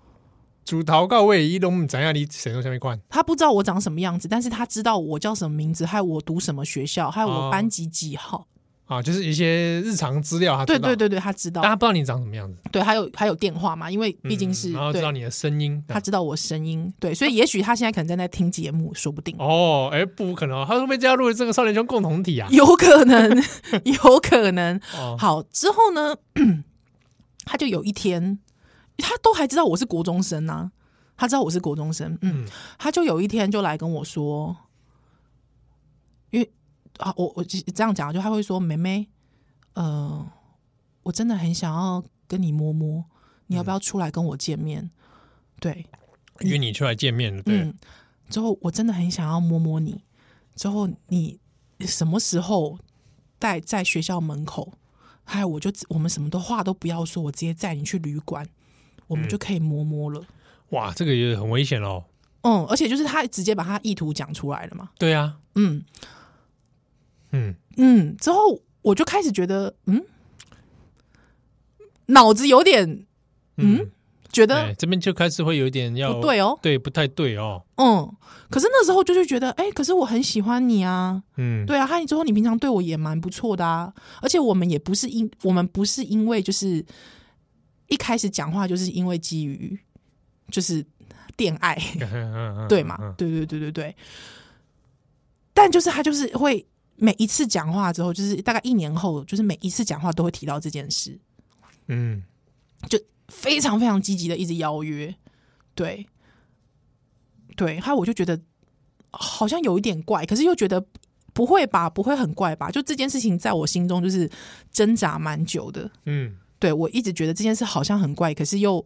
[SPEAKER 1] 主投告位伊拢唔知影你写作下面看。
[SPEAKER 2] 他不知道我长什么样子，但是他知道我叫什么名字，还有我读什么学校，还有
[SPEAKER 1] 哦
[SPEAKER 2] 我班级几号。
[SPEAKER 1] 啊，就是一些日常资料，他知
[SPEAKER 2] 对
[SPEAKER 1] 道
[SPEAKER 2] 对，对对，他知道
[SPEAKER 1] 但，他不知道你长什么样子，
[SPEAKER 2] 对，还有还有电话嘛，因为毕竟是、
[SPEAKER 1] 嗯然后知道
[SPEAKER 2] 对，
[SPEAKER 1] 你的声音，
[SPEAKER 2] 他知道我声音，对，所以也许他现在可能正在听节目，说不定、
[SPEAKER 1] 哦，哎，不可能哦，他会不会加入这个少年兄共同体啊？
[SPEAKER 2] 有可能， 有可能。
[SPEAKER 1] 哦，
[SPEAKER 2] 好，之后呢， 他就有一天，他都还知道我是国中生啊，他知道我是国中生，嗯，
[SPEAKER 1] 嗯
[SPEAKER 2] 他就有一天就来跟我说，因为啊，我我这样讲，就他会说，妹妹，呃，我真的很想要跟你摸摸，你要不要出来跟我见面？对，
[SPEAKER 1] 约你出来见面了，对，
[SPEAKER 2] 嗯，之后我真的很想要摸摸你，之后你什么时候带在学校门口？还有，我就我们什么都话都不要说，我直接载你去旅馆，我
[SPEAKER 1] 嗯
[SPEAKER 2] 们就可以摸摸了。
[SPEAKER 1] 哇，这个也很危险哦。
[SPEAKER 2] 嗯，而且就是他直接把他意图讲出来了嘛。
[SPEAKER 1] 对啊，
[SPEAKER 2] 嗯
[SPEAKER 1] 嗯，
[SPEAKER 2] 嗯，之后我就开始觉得，嗯，脑子有点嗯
[SPEAKER 1] 嗯，
[SPEAKER 2] 觉
[SPEAKER 1] 对，
[SPEAKER 2] 得
[SPEAKER 1] 这边就开始会有一点要
[SPEAKER 2] 不对哦。
[SPEAKER 1] 对，不太对哦，
[SPEAKER 2] 嗯，可是那时候就是觉得，哎、可是我很喜欢你啊，
[SPEAKER 1] 嗯，
[SPEAKER 2] 对啊，还有之后你平常对我也蛮不错的啊，而且我们也不是因我们不是因为就是一开始讲话就是因为基于就是恋爱
[SPEAKER 1] 嗯，嗯嗯
[SPEAKER 2] 对嘛
[SPEAKER 1] 嗯？
[SPEAKER 2] 对对对对对。但就是他就是会每一次讲话之后，就是大概一年后，就是每一次讲话都会提到这件事，
[SPEAKER 1] 嗯，
[SPEAKER 2] 非常非常积极的一直邀约，对，对，还有我就觉得好像有一点怪，可是又觉得不会吧，不会很怪吧？就这件事情在我心中就是挣扎蛮久的，
[SPEAKER 1] 嗯，
[SPEAKER 2] 对我一直觉得这件事好像很怪，可是又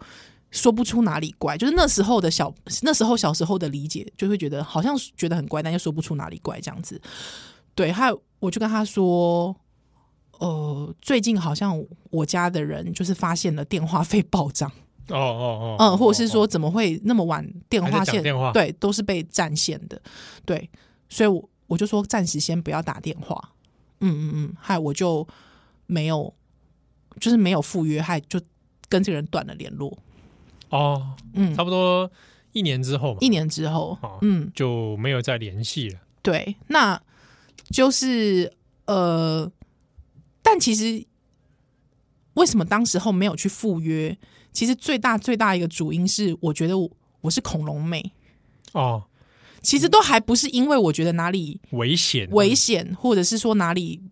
[SPEAKER 2] 说不出哪里怪，就是那时候的小那时候小时候的理解，就会觉得好像觉得很怪，但又说不出哪里怪这样子。对，还有我就跟他说，呃，最近好像我家的人就是发现了电话费暴涨，
[SPEAKER 1] 哦哦哦，
[SPEAKER 2] 嗯，或者是
[SPEAKER 1] 哦
[SPEAKER 2] 说，怎么会那么晚电
[SPEAKER 1] 还
[SPEAKER 2] 话
[SPEAKER 1] 在讲
[SPEAKER 2] 线
[SPEAKER 1] 电话
[SPEAKER 2] 对都是被占线的，对，所以我我就说暂时先不要打电话，嗯嗯嗯，害我就没有就是没有赴约，害就跟这个人断了联络，
[SPEAKER 1] 哦，
[SPEAKER 2] 嗯，
[SPEAKER 1] 差不多一年之后嘛，
[SPEAKER 2] 一年之后
[SPEAKER 1] 哦，
[SPEAKER 2] 嗯，
[SPEAKER 1] 就没有再联系了。
[SPEAKER 2] 对，那就是呃，但其实为什么当时候没有去赴约？其实最大最大一个主因是，我觉得我我是恐龙妹。
[SPEAKER 1] 哦，
[SPEAKER 2] 其实都还不是因为我觉得哪里
[SPEAKER 1] 危险，
[SPEAKER 2] 危，险，或者是说哪里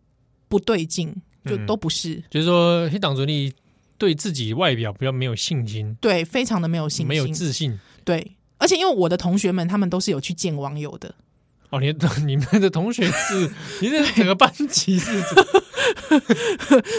[SPEAKER 2] 不对劲，就
[SPEAKER 1] 嗯
[SPEAKER 2] 都不是。
[SPEAKER 1] 就是说黑党主力对自己外表比较没有信心，
[SPEAKER 2] 对，非常的没有信心，
[SPEAKER 1] 没有自信。
[SPEAKER 2] 对。而且因为我的同学们，他们都是有去见网友的，
[SPEAKER 1] 哦，你你们的 同学 是，你这整个班级是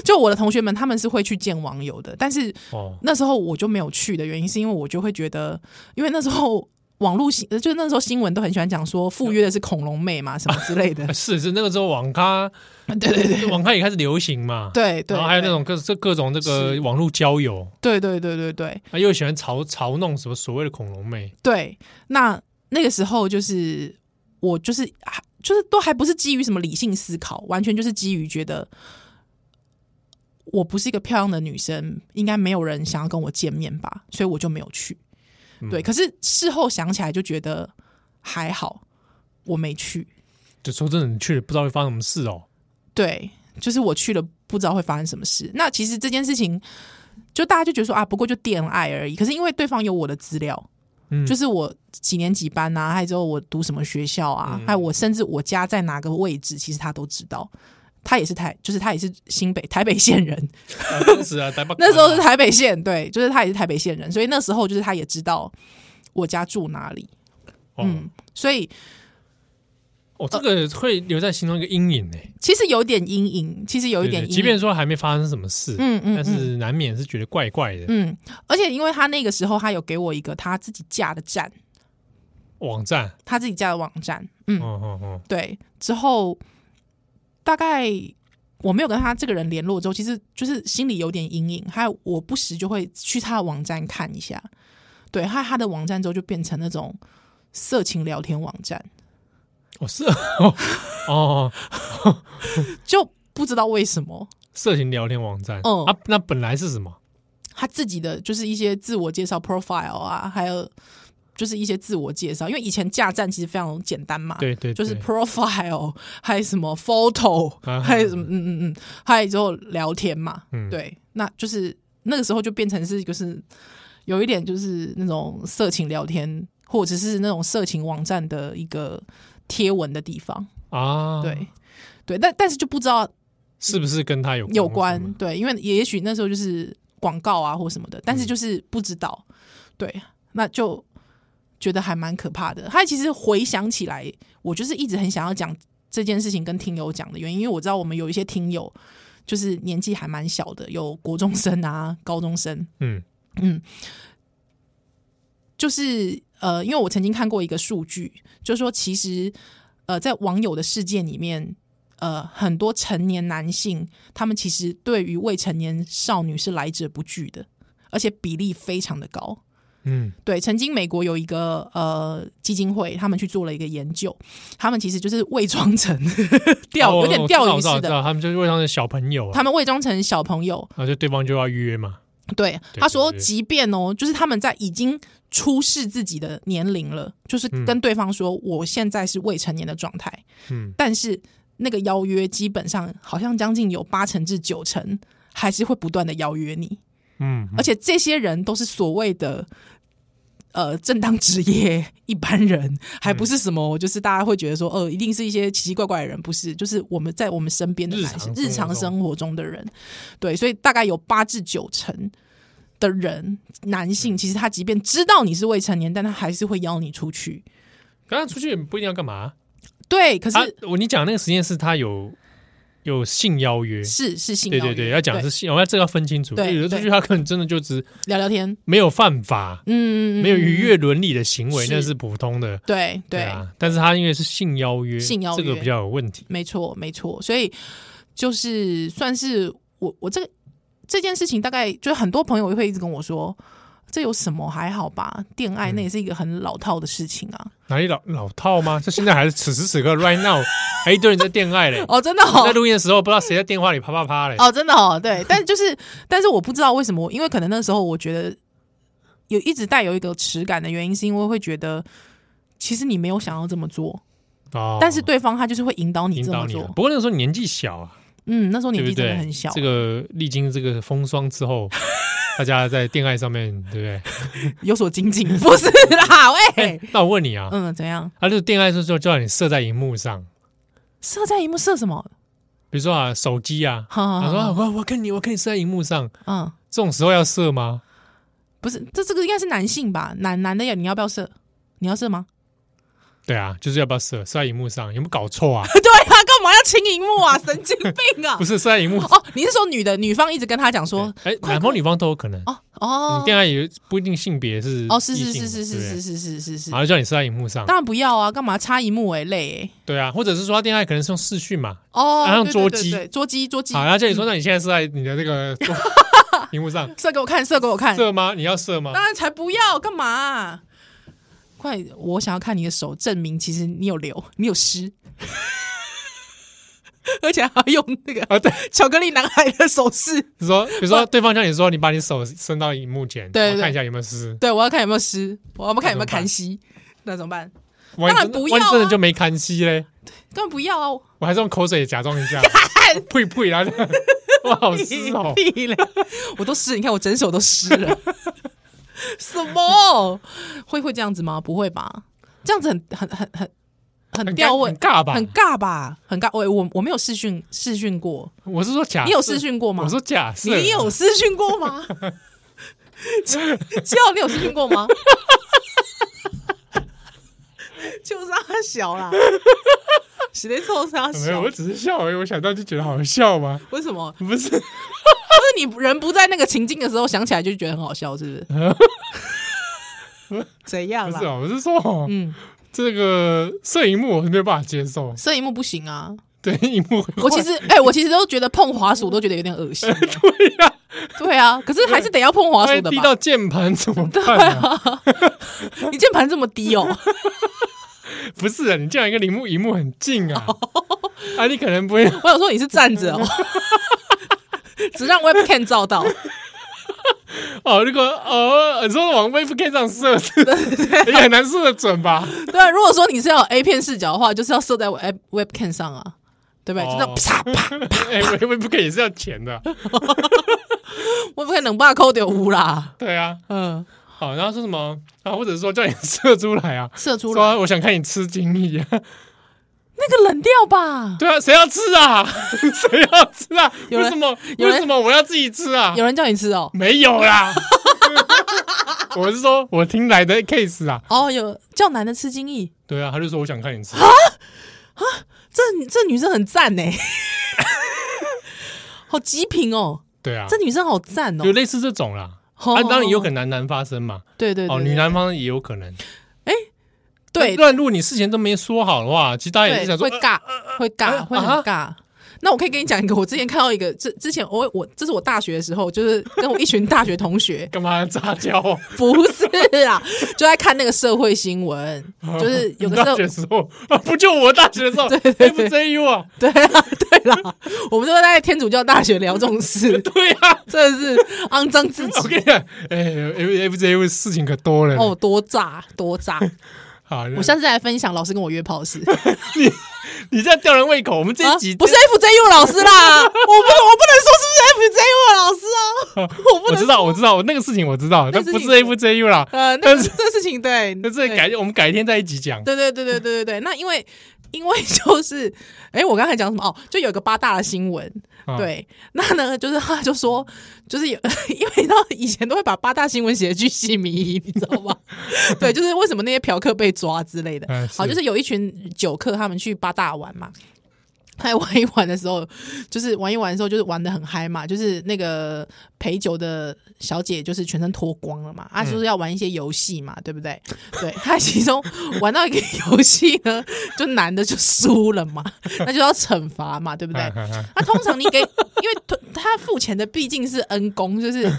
[SPEAKER 2] 就我的同学们，他们是会去见网友的。但是
[SPEAKER 1] 哦，。
[SPEAKER 2] 那时候我就没有去的原因，是因为我就会觉得，因为那时候 网络新，呃就那时候新闻都很喜欢讲说赴约的是恐龙妹嘛，什么之类的
[SPEAKER 1] 哎是是那个时候网咖，
[SPEAKER 2] 对对对
[SPEAKER 1] 网咖也开始流行嘛，
[SPEAKER 2] 对对，
[SPEAKER 1] 然后还有那
[SPEAKER 2] 对
[SPEAKER 1] 种各这各种这个
[SPEAKER 2] 是
[SPEAKER 1] 网络交友，
[SPEAKER 2] 对对对对对，
[SPEAKER 1] 啊，又喜欢嘲嘲弄什么所谓的恐龙妹，
[SPEAKER 2] 对，那那个时候就是我就是还就是都还不是基于什么理性思考，完全就是基于觉得我不是一个漂亮的女生，应该没有人想要跟我见面吧，所以我就没有去。对，
[SPEAKER 1] 嗯
[SPEAKER 2] 可是事后想起来就觉得还好，我没去。
[SPEAKER 1] 就说真的，你去了不知道会发生什么事哦。
[SPEAKER 2] 对，就是我去了，不知道会发生什么事。那其实这件事情，就大家就觉得说啊，不过就恋爱而已。可是因为对方有我的资料，
[SPEAKER 1] 嗯
[SPEAKER 2] 就是我几年几班啊，还有之后我读什么学校啊，
[SPEAKER 1] 嗯
[SPEAKER 2] 还有我甚至我家在哪个位置，其实他都知道。他也是台，就是他也是新北台北县人，
[SPEAKER 1] 啊当时啊，台北
[SPEAKER 2] 那时候是台北县，对，就是他也是台北县人，所以那时候就是他也知道我家住哪里，
[SPEAKER 1] 哦
[SPEAKER 2] 嗯，所以
[SPEAKER 1] 哦，这个会留在心中一个阴影呢，
[SPEAKER 2] 其实有点阴影，其实有一
[SPEAKER 1] 对
[SPEAKER 2] 点阴
[SPEAKER 1] 对
[SPEAKER 2] 影，
[SPEAKER 1] 即便说还没发生什么事，
[SPEAKER 2] 嗯嗯，
[SPEAKER 1] 但
[SPEAKER 2] 嗯
[SPEAKER 1] 是难免是觉得怪怪的。
[SPEAKER 2] 嗯，而且因为他那个时候他有给我一个他自己架的站，
[SPEAKER 1] 网站，
[SPEAKER 2] 他自己架的网站，嗯，
[SPEAKER 1] 哦哦哦，
[SPEAKER 2] 对。之后大概我没有跟他这个人联络之后，其实就是心里有点阴影，还有我不时就会去他的网站看一下，对，还有他的网站之后就变成那种色情聊天网站，
[SPEAKER 1] 哦是 哦哦，
[SPEAKER 2] 就不知道为什么
[SPEAKER 1] 色情聊天网站，
[SPEAKER 2] 嗯
[SPEAKER 1] 啊，那本来是什么？
[SPEAKER 2] 他自己的就是一些自我介绍 profile 啊，还有。就是一些自我介绍，因为以前架站其实非常简单嘛，
[SPEAKER 1] 对对，
[SPEAKER 2] 啊就是
[SPEAKER 1] 对
[SPEAKER 2] profile，还 有什么 photo，、
[SPEAKER 1] 啊
[SPEAKER 2] 还有什么嗯嗯嗯，还有之后聊天嘛，
[SPEAKER 1] 嗯
[SPEAKER 2] 对，那就是那个时候就变成是就是有一点就是那种色情聊天，或者是那种色情网站的一个贴文的地方，
[SPEAKER 1] 啊，
[SPEAKER 2] 对、，对，但但是就不知道
[SPEAKER 1] 是不是跟他有
[SPEAKER 2] 有
[SPEAKER 1] 什
[SPEAKER 2] 关
[SPEAKER 1] 么，
[SPEAKER 2] 对，因为也许那时候就是广告啊或什么的，但是就是不知道，对，那就觉得还蛮可怕的。他其实回想起来，我就是一直很想要讲这件事情跟听友讲的原因，因为我知道我们有一些听友就是年纪还蛮小的，有国中生啊、高中生，
[SPEAKER 1] 嗯
[SPEAKER 2] 嗯，就是呃，因为我曾经看过一个数据，就是说其实呃，在网友的世界里面，呃，很多成年男性他们其实对于未成年少女是来者不拒的，而且比例非常的高。
[SPEAKER 1] 嗯
[SPEAKER 2] 对，曾经美国有一个呃基金会，他们去做了一个研究，他们其实就是伪装成 钓、
[SPEAKER 1] 哦
[SPEAKER 2] 有点
[SPEAKER 1] 我
[SPEAKER 2] 钓鱼
[SPEAKER 1] 知道
[SPEAKER 2] 似
[SPEAKER 1] 我知道我知
[SPEAKER 2] 的，
[SPEAKER 1] 道他们就是为他们的小朋友啊，
[SPEAKER 2] 他们伪装成小朋友，
[SPEAKER 1] 然后就对方就要约嘛，
[SPEAKER 2] 对，
[SPEAKER 1] 对
[SPEAKER 2] 他说，
[SPEAKER 1] 对对
[SPEAKER 2] 即便哦，就是他们在已经出示自己的年龄了，就是
[SPEAKER 1] 嗯
[SPEAKER 2] 跟对方说我现在是未成年的状态，
[SPEAKER 1] 嗯，
[SPEAKER 2] 但是那个邀约基本上好像将近有八成至九成还是会不断的邀约你，
[SPEAKER 1] 嗯，
[SPEAKER 2] 而且这些人都是所谓的。呃，正当职业一般人，还
[SPEAKER 1] 嗯
[SPEAKER 2] 不是什么，就是大家会觉得说，呃，一定是一些奇奇怪怪的人，不是？就是我们在我们身边的
[SPEAKER 1] 日常
[SPEAKER 2] 男
[SPEAKER 1] 生
[SPEAKER 2] 性
[SPEAKER 1] 活
[SPEAKER 2] 日常
[SPEAKER 1] 中
[SPEAKER 2] 生活中的人，对，所以大概有八至九成的人，男
[SPEAKER 1] 嗯
[SPEAKER 2] 性其实他即便知道你是未成年，但他还是会邀你出去。
[SPEAKER 1] 刚刚出去也不一定要干嘛。
[SPEAKER 2] 对，可是、
[SPEAKER 1] 啊，我你讲那个实验是他有有性邀约，
[SPEAKER 2] 是是性邀
[SPEAKER 1] 对
[SPEAKER 2] 约，
[SPEAKER 1] 对对，要讲的是性，我哦要这个要分清楚。
[SPEAKER 2] 对
[SPEAKER 1] 有的出去他可能真的就只
[SPEAKER 2] 聊聊天，
[SPEAKER 1] 没有犯法，
[SPEAKER 2] 嗯，
[SPEAKER 1] 没有逾越伦理的行为，
[SPEAKER 2] 是
[SPEAKER 1] 那是普通的。
[SPEAKER 2] 对对，
[SPEAKER 1] 啊，但是他因为是性邀约，
[SPEAKER 2] 性邀约
[SPEAKER 1] 这个比较有问题。
[SPEAKER 2] 没错，没错。所以就是算是我我这个这件事情，大概就是很多朋友会一直跟我说，这有什么还好吧？恋爱那也是一个很老套的事情啊。
[SPEAKER 1] 哪里老老套 吗？这现在还是此时此刻 right now，还一堆人在恋爱嘞。
[SPEAKER 2] 哦，真的
[SPEAKER 1] 在
[SPEAKER 2] 哦。
[SPEAKER 1] 录音的时候，不知道谁在电话里啪啪啪嘞。
[SPEAKER 2] 哦，真的哦，对， 但就是，但是我不知道为什么，因为可能那时候我觉得有一直带有一个耻感的原因，是因为会觉得其实你没有想要这么做，
[SPEAKER 1] 哦，
[SPEAKER 2] 但是对方他就是会引导你
[SPEAKER 1] 引
[SPEAKER 2] 这
[SPEAKER 1] 导
[SPEAKER 2] 么
[SPEAKER 1] 你
[SPEAKER 2] 做
[SPEAKER 1] 了。。不过那个时候你年纪小啊，
[SPEAKER 2] 嗯，那时候
[SPEAKER 1] 对
[SPEAKER 2] 年
[SPEAKER 1] 不
[SPEAKER 2] 纪真
[SPEAKER 1] 对？
[SPEAKER 2] 的很小，
[SPEAKER 1] 这个历经这个风霜之后， 大家在恋爱上面，对不
[SPEAKER 2] 有 所精进，不是啦，
[SPEAKER 1] 对？
[SPEAKER 2] 喂
[SPEAKER 1] 哎，，那我问你啊，
[SPEAKER 2] 嗯，怎样？
[SPEAKER 1] 他就恋爱的时候叫你射在荧幕上，
[SPEAKER 2] 射在荧幕射什么？
[SPEAKER 1] 比如说啊，手机啊，
[SPEAKER 2] 好
[SPEAKER 1] 他
[SPEAKER 2] 好
[SPEAKER 1] 说啊
[SPEAKER 2] 好，
[SPEAKER 1] 我我跟你我跟你射在荧幕上，
[SPEAKER 2] 嗯，
[SPEAKER 1] 这种时候要射吗？
[SPEAKER 2] 不是，这这个应该是男性吧？男男的呀，你要不要射？你要射吗？
[SPEAKER 1] 对啊，就是要不要射？射在荧幕上有没有搞错 啊？
[SPEAKER 2] 对啊，干嘛要亲荧幕 啊？神经病啊
[SPEAKER 1] 不！是射在荧幕，
[SPEAKER 2] 哦，你是说女的女方一直跟他讲说，
[SPEAKER 1] 哎，
[SPEAKER 2] 快
[SPEAKER 1] 男方女方都有可能。
[SPEAKER 2] 哦
[SPEAKER 1] 你
[SPEAKER 2] 哦
[SPEAKER 1] 恋爱也不一定性别是
[SPEAKER 2] 哦，是
[SPEAKER 1] 异
[SPEAKER 2] 是
[SPEAKER 1] 性
[SPEAKER 2] 是
[SPEAKER 1] 嘛对
[SPEAKER 2] 是
[SPEAKER 1] 不对
[SPEAKER 2] 是是是是是是
[SPEAKER 1] 然，后叫你射在荧幕上
[SPEAKER 2] 当，然不要啊，干嘛插荧幕哎、累
[SPEAKER 1] 对啊，或者是说他恋爱可能是用视讯嘛，
[SPEAKER 2] 哎、哦，
[SPEAKER 1] 然后
[SPEAKER 2] 对
[SPEAKER 1] 捉
[SPEAKER 2] 对
[SPEAKER 1] 鸡
[SPEAKER 2] 对对捉鸡捉鸡
[SPEAKER 1] 好，，啊然后叫
[SPEAKER 2] 嗯
[SPEAKER 1] 你说，那你现在射在你的那个 荧幕上
[SPEAKER 2] 射给我看，射给我看，
[SPEAKER 1] 射吗？你要射吗？
[SPEAKER 2] 当然才不要，干嘛啊、快，我想要看你的手，证明其实你有瘤，你有湿， 而且还要用那个
[SPEAKER 1] 啊，对，
[SPEAKER 2] 巧克力男孩的手势。
[SPEAKER 1] 你说，比如说对方叫你说，你把你手伸到荧幕前，
[SPEAKER 2] 对对对
[SPEAKER 1] 我看一下有没有湿。
[SPEAKER 2] 对，我要看有没有湿，我要看有
[SPEAKER 1] 那怎么
[SPEAKER 2] 没有
[SPEAKER 1] 办
[SPEAKER 2] 砍息，那怎么办？
[SPEAKER 1] 万一
[SPEAKER 2] 当然
[SPEAKER 1] 真
[SPEAKER 2] 不
[SPEAKER 1] 的万一
[SPEAKER 2] 要啊
[SPEAKER 1] 真的就没看戏嘞，
[SPEAKER 2] 根本不要啊！
[SPEAKER 1] 我还是用口水假装一 下，呸呸，然后就哇，好湿哦，
[SPEAKER 2] 屁嘞！我都湿，你看我整手都湿了。什么？会会这样子吗？不会吧？这样子很很很很 很
[SPEAKER 1] 很
[SPEAKER 2] 吊
[SPEAKER 1] 尬
[SPEAKER 2] 位
[SPEAKER 1] 很，尬吧？
[SPEAKER 2] 很尬吧？很尬。我我我没有试训试训过，
[SPEAKER 1] 我是说假设，
[SPEAKER 2] 你有试训过吗
[SPEAKER 1] 我说假设，
[SPEAKER 2] 你有私讯 过吗？七号，你有私讯 过吗？就是他小啦，实在臭是他
[SPEAKER 1] 没有？
[SPEAKER 2] 小
[SPEAKER 1] 我。只是笑而已，我想到就觉得好笑 嘛，
[SPEAKER 2] 为什么？
[SPEAKER 1] 不是？
[SPEAKER 2] 就是你人不在那个情境的时候，想起来就觉得很好笑，是 不是？怎样
[SPEAKER 1] 不
[SPEAKER 2] 啦
[SPEAKER 1] 是？啊，我是说哦
[SPEAKER 2] 嗯，
[SPEAKER 1] 这个摄影幕我是没有办法接受，
[SPEAKER 2] 摄影幕不 行啊！
[SPEAKER 1] 对，荧幕会
[SPEAKER 2] 我其实，哎、我其实都觉得碰滑鼠都觉得有点恶心。
[SPEAKER 1] 对呀，
[SPEAKER 2] 对啊，可是还是得要碰滑
[SPEAKER 1] 万
[SPEAKER 2] 鼠
[SPEAKER 1] 一
[SPEAKER 2] 的
[SPEAKER 1] 滴
[SPEAKER 2] 吧？
[SPEAKER 1] 到键盘怎么办啊？
[SPEAKER 2] 你键盘这么低哦、
[SPEAKER 1] 不是啊，你这样一个荧幕，荧幕很近啊，
[SPEAKER 2] 哦
[SPEAKER 1] 啊，你可能不会
[SPEAKER 2] 我想说你是站着哦， 只让 webcam 照到。
[SPEAKER 1] 哦，如果哦，你说往 webcam 上射是，也很难射得准吧？
[SPEAKER 2] 对啊，如果说你是要有 A 片视角的话，就是要设在 web webcam 上啊，对不对？
[SPEAKER 1] 哦
[SPEAKER 2] 就这样啪啪
[SPEAKER 1] 哎，webcam 也是要钱的，
[SPEAKER 2] ，webcam 能把扣掉 污啦。
[SPEAKER 1] 对啊。
[SPEAKER 2] 嗯，
[SPEAKER 1] 好，然后说什么啊？或者说叫你射出来啊？
[SPEAKER 2] 射出来
[SPEAKER 1] 说我想看你吃金翼啊？
[SPEAKER 2] 那个冷掉吧。
[SPEAKER 1] 对啊，谁要吃啊？ 谁要吃啊？
[SPEAKER 2] 有
[SPEAKER 1] 为
[SPEAKER 2] 人
[SPEAKER 1] 什么？
[SPEAKER 2] 有
[SPEAKER 1] 为
[SPEAKER 2] 人
[SPEAKER 1] 什么我要自己吃啊？
[SPEAKER 2] 有人叫你吃哦，
[SPEAKER 1] 没有啦。 我是说，我听来的 case 啊，
[SPEAKER 2] 哦，有叫男的吃精益，
[SPEAKER 1] 对啊，他就说我想看你吃，
[SPEAKER 2] 这这女生很赞呢。好极品哦，
[SPEAKER 1] 对啊
[SPEAKER 2] 这，女生好赞哦
[SPEAKER 1] 有。类似这种啦。
[SPEAKER 2] 哦
[SPEAKER 1] 啊，当然也有可能男男发生嘛，
[SPEAKER 2] 对对对
[SPEAKER 1] 哦，
[SPEAKER 2] 对
[SPEAKER 1] 女男方也有可能。
[SPEAKER 2] 对
[SPEAKER 1] 不然如果你事前都没说好的话，其实大家也是
[SPEAKER 2] 对
[SPEAKER 1] 想说
[SPEAKER 2] 会，尬会尬
[SPEAKER 1] 啊
[SPEAKER 2] 会很
[SPEAKER 1] 啊，
[SPEAKER 2] 尬。那我可以跟你讲一个，我之前看到一个，之之前我我这是我大学的时候，就是跟我一群大学同学
[SPEAKER 1] 干嘛杂交啊？
[SPEAKER 2] 不是啊，就在看那个社会新闻， 就是有
[SPEAKER 1] 你
[SPEAKER 2] 个
[SPEAKER 1] 哦 大
[SPEAKER 2] 社
[SPEAKER 1] 学的时候啊，不就我大学的时 候 FJU 啊？
[SPEAKER 2] 对啊， 对啦，我们都在天主教大学聊这 种事，
[SPEAKER 1] 对 啊，
[SPEAKER 2] 真的是肮脏自
[SPEAKER 1] 我
[SPEAKER 2] 己
[SPEAKER 1] 跟你讲，哎，F FJU 事情可多了。
[SPEAKER 2] 哦，多炸多炸！
[SPEAKER 1] 嗯好，
[SPEAKER 2] 我下次再来分享老师跟我约炮的事。
[SPEAKER 1] 你这样吊人胃口，我们这
[SPEAKER 2] 啊
[SPEAKER 1] 一集
[SPEAKER 2] 不是 FJU 老师啦，我不我不能说是不是 FJU 老师啊， 我不
[SPEAKER 1] 哦我
[SPEAKER 2] 能
[SPEAKER 1] 知道，我知道，我那个事情我知道，
[SPEAKER 2] 那
[SPEAKER 1] 但
[SPEAKER 2] 个事
[SPEAKER 1] 不
[SPEAKER 2] 情
[SPEAKER 1] 是 FJU 啦，
[SPEAKER 2] 呃，那
[SPEAKER 1] 但
[SPEAKER 2] 个
[SPEAKER 1] 是
[SPEAKER 2] 这事情对，
[SPEAKER 1] 那这
[SPEAKER 2] 对
[SPEAKER 1] 改我们改天再一集讲。
[SPEAKER 2] 对对对对对对对，那因为因为就是，哎，我刚才讲什么？哦，就有一个八大的新闻，
[SPEAKER 1] 啊，
[SPEAKER 2] 对，那呢，就是他就说，就是有， 因为你知道以前都会把八大新闻写的巨细靡遗，你知道吗？ 对，就是为什么那些嫖客被抓之类的。
[SPEAKER 1] 嗯
[SPEAKER 2] 好，就是有一群酒客他们去八大玩嘛。还玩一玩的时候， 就是玩一玩的时候，就是玩的很嗨嘛，就是那个陪酒的小姐就是全身脱光了嘛，啊，就是要玩一些游戏嘛，对不对？对，她其中玩到一个游戏呢， 就男的就输了嘛，那就要惩罚嘛，对不
[SPEAKER 1] 啊嗯
[SPEAKER 2] 对？那、通常你给，因 为他付钱的毕竟是恩公，就是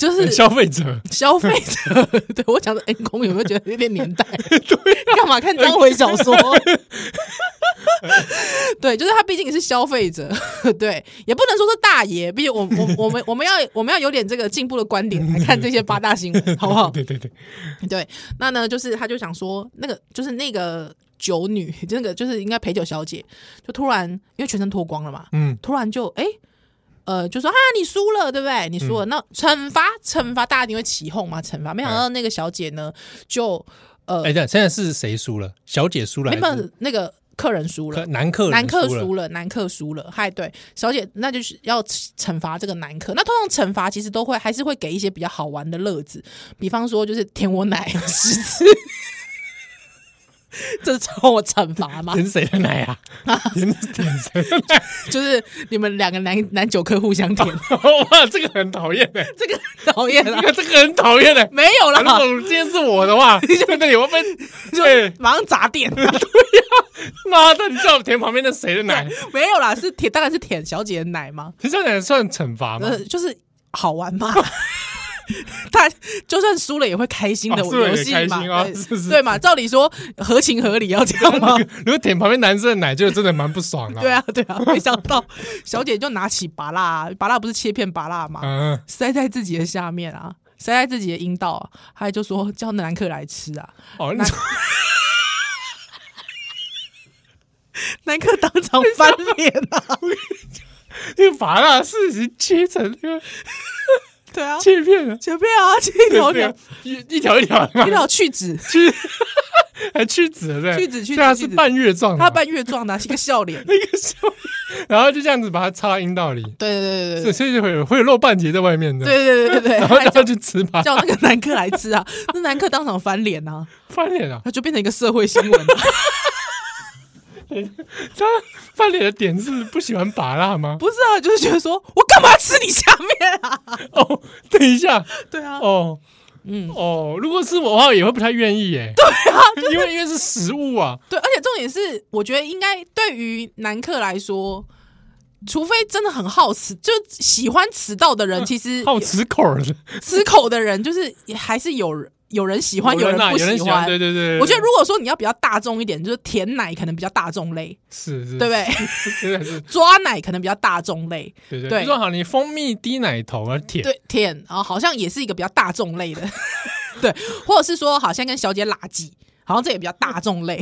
[SPEAKER 2] 就是
[SPEAKER 1] 消费者，
[SPEAKER 2] 消费者。对我讲的恩公有没有觉得有点年代？干嘛看章回小说？ 对，就是他毕竟是消费者，对，也不能说是大爷，毕竟我我我们我们要我们要有点这个进步的观点来看这些八大新闻，好不好？
[SPEAKER 1] 对对对，
[SPEAKER 2] 对，那呢，就是他就想说，那个就是那个酒女， 那个就是应该陪酒小姐，就突然因为全身脱光了嘛，
[SPEAKER 1] 嗯，
[SPEAKER 2] 突然就哎、诶呃，就说啊，你输了，对不对？你
[SPEAKER 1] 嗯
[SPEAKER 2] 输了，那惩罚惩罚，大家一定会起哄嘛，惩罚。没想到那个小姐呢，就呃，
[SPEAKER 1] 哎，对，现在是谁输了？小姐输了
[SPEAKER 2] 没
[SPEAKER 1] 还
[SPEAKER 2] 办
[SPEAKER 1] 是
[SPEAKER 2] 法，那个客人输了
[SPEAKER 1] 客。男客人
[SPEAKER 2] 男客
[SPEAKER 1] 输了？
[SPEAKER 2] 输了，男客输了，嗨，对，小姐，那就是要惩罚这个男客。那通常惩罚其实都会还是会给一些比较好玩的乐子，比方说就是舔我奶十次， 这算我惩 罚吗？
[SPEAKER 1] 舔谁的奶啊？舔舔谁的奶？
[SPEAKER 2] 就是你们两个男男酒客互相舔，
[SPEAKER 1] 啊哇，这个很讨厌哎，
[SPEAKER 2] 这个讨厌
[SPEAKER 1] 这
[SPEAKER 2] 啦，
[SPEAKER 1] 个这个很讨厌哎。哎
[SPEAKER 2] 没有
[SPEAKER 1] 如果
[SPEAKER 2] 啦，
[SPEAKER 1] 今天是我的 话，那你会被对
[SPEAKER 2] 马上砸店，
[SPEAKER 1] 妈的，你叫我舔旁边的谁的奶？
[SPEAKER 2] 没有啦，是舔，当然是舔小姐的奶嘛，
[SPEAKER 1] 舔小奶算惩罚吗？
[SPEAKER 2] 呃，就是好玩嘛。 他就算输了也会开心的
[SPEAKER 1] 哦输了也
[SPEAKER 2] 游戏嘛，
[SPEAKER 1] 开心啊
[SPEAKER 2] 对
[SPEAKER 1] 是是
[SPEAKER 2] 对嘛？照理说合情合理要这样吗？
[SPEAKER 1] 如果舔旁边男生的奶，就真的蛮不爽的。
[SPEAKER 2] 对，啊，对啊，没想到小姐就拿起拔蜡，拔蜡不是切片拔蜡嘛，
[SPEAKER 1] 嗯，
[SPEAKER 2] 塞在自己的下面啊，塞在自己的阴道啊，还就说叫男客来吃啊，
[SPEAKER 1] 哦， 你
[SPEAKER 2] 男客当场翻脸 啊，
[SPEAKER 1] 这个麻辣是已经切成那个
[SPEAKER 2] 对啊，
[SPEAKER 1] 切片了，
[SPEAKER 2] 切片啊，切一条
[SPEAKER 1] 对
[SPEAKER 2] 条
[SPEAKER 1] 啊，一一条一条的嘛，
[SPEAKER 2] 一条去 籽，
[SPEAKER 1] 去还去籽了，对，
[SPEAKER 2] 去籽去籽
[SPEAKER 1] 所以它
[SPEAKER 2] 去
[SPEAKER 1] 是
[SPEAKER 2] 籽
[SPEAKER 1] 半月状的嘛，
[SPEAKER 2] 他扮越壮的，是啊个笑脸，
[SPEAKER 1] 那个时候，然后就这样子把它插到阴道里，
[SPEAKER 2] 对对对对
[SPEAKER 1] 所以所以就会有会有肉半截在外面的，，
[SPEAKER 2] 对对对对对，
[SPEAKER 1] 然后
[SPEAKER 2] 还
[SPEAKER 1] 就要去吃麻
[SPEAKER 2] 叫那个男客来吃啊，那男客当场翻脸啊，
[SPEAKER 1] 翻脸啊，
[SPEAKER 2] 那就变成一个社会新闻了。啊
[SPEAKER 1] 他翻脸的点是不喜欢拔辣吗？
[SPEAKER 2] 不是啊，就是觉得说我干嘛吃你下面啊？
[SPEAKER 1] 哦，等一下，
[SPEAKER 2] 对啊，
[SPEAKER 1] 哦，
[SPEAKER 2] 嗯，
[SPEAKER 1] 哦，如果是我的话，也会不太愿意耶，对啊， 因为因为是食物啊，
[SPEAKER 2] 对，而且重点是，我觉得应该对于男客来说，除非真的很好吃，就喜欢迟到的人，其实
[SPEAKER 1] 嗯好吃口儿的，
[SPEAKER 2] 吃口的人，就是也还是有人有人喜欢，
[SPEAKER 1] 有
[SPEAKER 2] 人
[SPEAKER 1] 啊
[SPEAKER 2] 不
[SPEAKER 1] 有人喜
[SPEAKER 2] 欢。
[SPEAKER 1] 对对对，对
[SPEAKER 2] 我觉得如果说你要比较大众一点，就是舔奶可能比较大众类，
[SPEAKER 1] 是是，
[SPEAKER 2] 对不对？
[SPEAKER 1] 是？真的是。
[SPEAKER 2] 抓奶可能比较大众类，
[SPEAKER 1] 对对，
[SPEAKER 2] 对
[SPEAKER 1] 比如说好，你蜂蜜滴奶头啊，舔，
[SPEAKER 2] 对舔啊、好像也是一个比较大众类的， 对，或者是说好像跟小姐拉鸡，好像这也比较大 众类，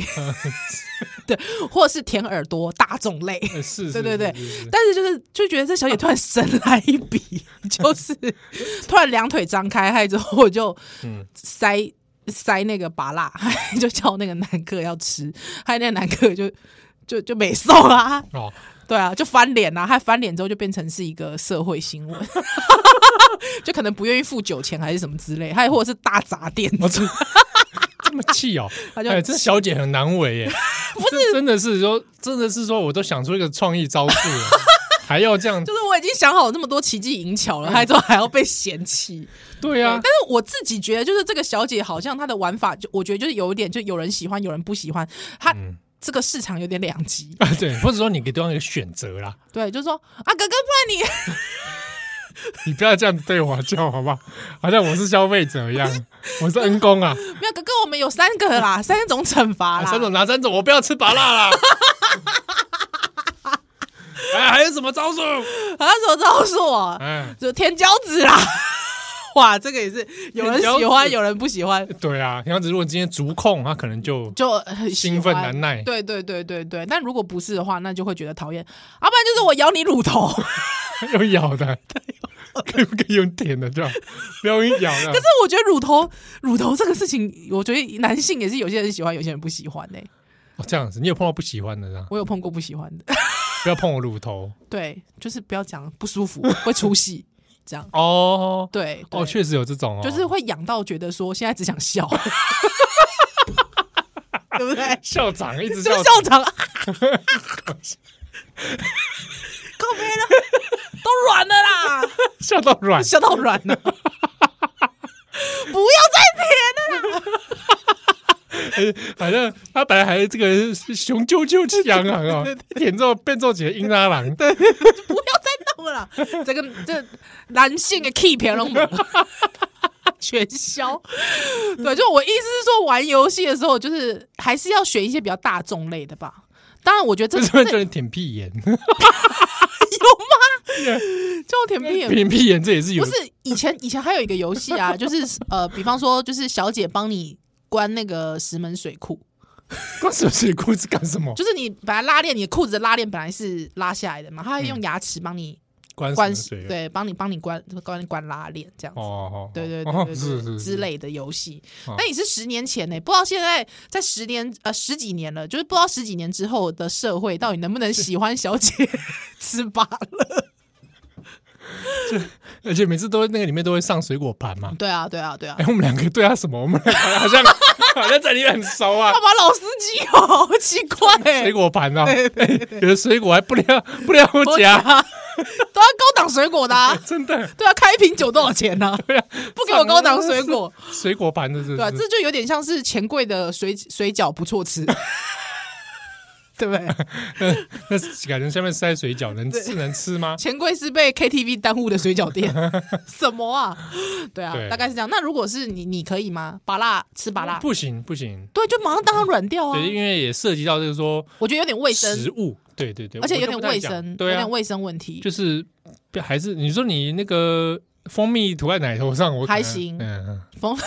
[SPEAKER 2] 对，或者是舔耳朵大众类，
[SPEAKER 1] 呃是，
[SPEAKER 2] 对
[SPEAKER 1] 是
[SPEAKER 2] 对对，
[SPEAKER 1] 是是是
[SPEAKER 2] 但是就是就觉得这小姐突然神来一笔，就是突然两腿张开，害之后我就
[SPEAKER 1] 嗯
[SPEAKER 2] 塞。塞那个拔蜡， 就叫那个男客要吃，还有那个男客就就就没送啊，
[SPEAKER 1] 哦，
[SPEAKER 2] 对啊，就翻脸啊，他翻脸之后就变成是一个社会新闻， 就可能不愿意付酒钱还是什么之类，还有或者是大砸店，
[SPEAKER 1] 我这这么气哦，
[SPEAKER 2] 他就
[SPEAKER 1] 哎，这小姐 很难为耶，不是，真的是说，真的是说，我都想出一个创意招数了，还要这样
[SPEAKER 2] 就，是我已经想好了那么多奇技淫巧了，还之后还要被嫌弃。
[SPEAKER 1] 对啊
[SPEAKER 2] 对啊
[SPEAKER 1] 呀、
[SPEAKER 2] 但是我自己觉得，就是这个小姐好像她的玩法，就我觉得就是有一点，就有人喜欢，有人不喜欢。她
[SPEAKER 1] 嗯
[SPEAKER 2] 这个市场有点两极，
[SPEAKER 1] 啊，对，或者说你给对方一个选择 啦，
[SPEAKER 2] 对，就是说啊，哥哥，不然你
[SPEAKER 1] 你不要这样对我叫好不好？好像我是消费者 一样，我是恩公啊，
[SPEAKER 2] 没有哥哥，我们有三个 啦，啊三种惩罚啦，
[SPEAKER 1] 三种拿三种，我不要吃拔辣 啦。哎，还有什么招数？
[SPEAKER 2] 啊，什么招数 啊？
[SPEAKER 1] 哎，
[SPEAKER 2] 就甜椒子啦。 哇，这个也是 有人
[SPEAKER 1] 甜
[SPEAKER 2] 喜
[SPEAKER 1] 椒
[SPEAKER 2] 欢，
[SPEAKER 1] 籽
[SPEAKER 2] 有人不喜欢，
[SPEAKER 1] 对啊，田小子如果今天足控，他可能就
[SPEAKER 2] 就很喜
[SPEAKER 1] 兴奋
[SPEAKER 2] 欢
[SPEAKER 1] 难耐
[SPEAKER 2] 对对对对对，但如果不是的话，那就会觉得讨厌。要、不然就是我咬你乳头， 但
[SPEAKER 1] 用咬的，可以不可以用舔的就好，不要用咬的。
[SPEAKER 2] 是我觉得乳头乳头这个事情，我觉得男性也是有些人喜欢，有些人不喜欢呢、欸
[SPEAKER 1] 哦，这样子，你有碰到不喜欢的这样？
[SPEAKER 2] 我有碰过不喜欢的，
[SPEAKER 1] 不要碰我乳头
[SPEAKER 2] 对，就是不要讲不舒服，会出戏，这样
[SPEAKER 1] 哦。
[SPEAKER 2] 对
[SPEAKER 1] 哦，
[SPEAKER 2] 对
[SPEAKER 1] 确实有这种哦，
[SPEAKER 2] 就是会痒到觉得说现在只想笑， 对不 对？
[SPEAKER 1] 校长一直
[SPEAKER 2] 就
[SPEAKER 1] 校
[SPEAKER 2] 是校长， 靠背了，都软了啦，
[SPEAKER 1] 笑到软，
[SPEAKER 2] 笑到软了， 不要再舔了。
[SPEAKER 1] 哎反正他本来还这个雄赳赳气昂昂哦，演奏变奏起英拉郎，对，
[SPEAKER 2] 不要再弄了啦，这个这男性的 key 平拢没 全消。对，就我意思是说，玩游戏的时候，就是还是要选一些比较大众类的吧。当然，我觉得
[SPEAKER 1] 这
[SPEAKER 2] 这
[SPEAKER 1] 是会
[SPEAKER 2] 这
[SPEAKER 1] 叫人舔屁眼，
[SPEAKER 2] 种甜品也
[SPEAKER 1] 舔屁眼这也是有
[SPEAKER 2] 不是以前以前还有一个游戏啊，就是呃，比方说就是小姐帮你关那个石门水库，
[SPEAKER 1] 光什么水裤是干什么？
[SPEAKER 2] 就是你把它拉链，你裤子的拉链本来是拉下来的嘛，它会用牙齿帮你
[SPEAKER 1] 关
[SPEAKER 2] 关
[SPEAKER 1] 什么水？
[SPEAKER 2] 对，帮你帮你关关关拉链这样子。
[SPEAKER 1] 哦，哦，
[SPEAKER 2] 对 对对
[SPEAKER 1] 哦
[SPEAKER 2] 对对
[SPEAKER 1] 是是
[SPEAKER 2] 之，类的游戏
[SPEAKER 1] 哦。
[SPEAKER 2] 那也是十年前呢、不知道现在在十年呃十几年了，就是不知道十几年之后的社会到底能不能喜欢小姐 吃芭乐？
[SPEAKER 1] 是而且每次都那个里面都会上水果盘嘛。
[SPEAKER 2] 对啊，对啊， 对啊
[SPEAKER 1] 哎，。我们两个对他什么？我们两个好像 好像在里面很熟啊
[SPEAKER 2] 干。嘛老司机哦，好奇怪、欸，
[SPEAKER 1] 水果盘啊，哎有的水果还不了不了
[SPEAKER 2] 我
[SPEAKER 1] 夹，，
[SPEAKER 2] 都要啊高档水果的、 啊
[SPEAKER 1] 真的
[SPEAKER 2] 对啊，开一瓶酒多少钱呢、
[SPEAKER 1] 对啊，
[SPEAKER 2] 不给我高档水果，
[SPEAKER 1] 水果盘的是
[SPEAKER 2] 对
[SPEAKER 1] 不
[SPEAKER 2] 吧、
[SPEAKER 1] 是
[SPEAKER 2] 这就有点像是钱柜的水水饺不错 吃，对不对？
[SPEAKER 1] 那感觉下面塞水饺能是能吃吗？
[SPEAKER 2] 钱柜是被 KTV 耽误的水饺 店，什么啊？对啊，
[SPEAKER 1] 对
[SPEAKER 2] 大概是这样。那如果是你，你可以吗？拔辣吃拔辣，
[SPEAKER 1] 不行不行，
[SPEAKER 2] 对，就马上当它软掉啊
[SPEAKER 1] 对，！因为也涉及到就是说
[SPEAKER 2] 我觉得有点卫生，
[SPEAKER 1] 食物，对对对，
[SPEAKER 2] 而且
[SPEAKER 1] 我
[SPEAKER 2] 有
[SPEAKER 1] 就
[SPEAKER 2] 点
[SPEAKER 1] 不太
[SPEAKER 2] 卫
[SPEAKER 1] 讲
[SPEAKER 2] 生，有
[SPEAKER 1] 对啊
[SPEAKER 2] 点，卫生问题。
[SPEAKER 1] 就是还是你说你那个蜂蜜涂在奶头上，我可能
[SPEAKER 2] 还行
[SPEAKER 1] 嗯，嗯
[SPEAKER 2] 蜂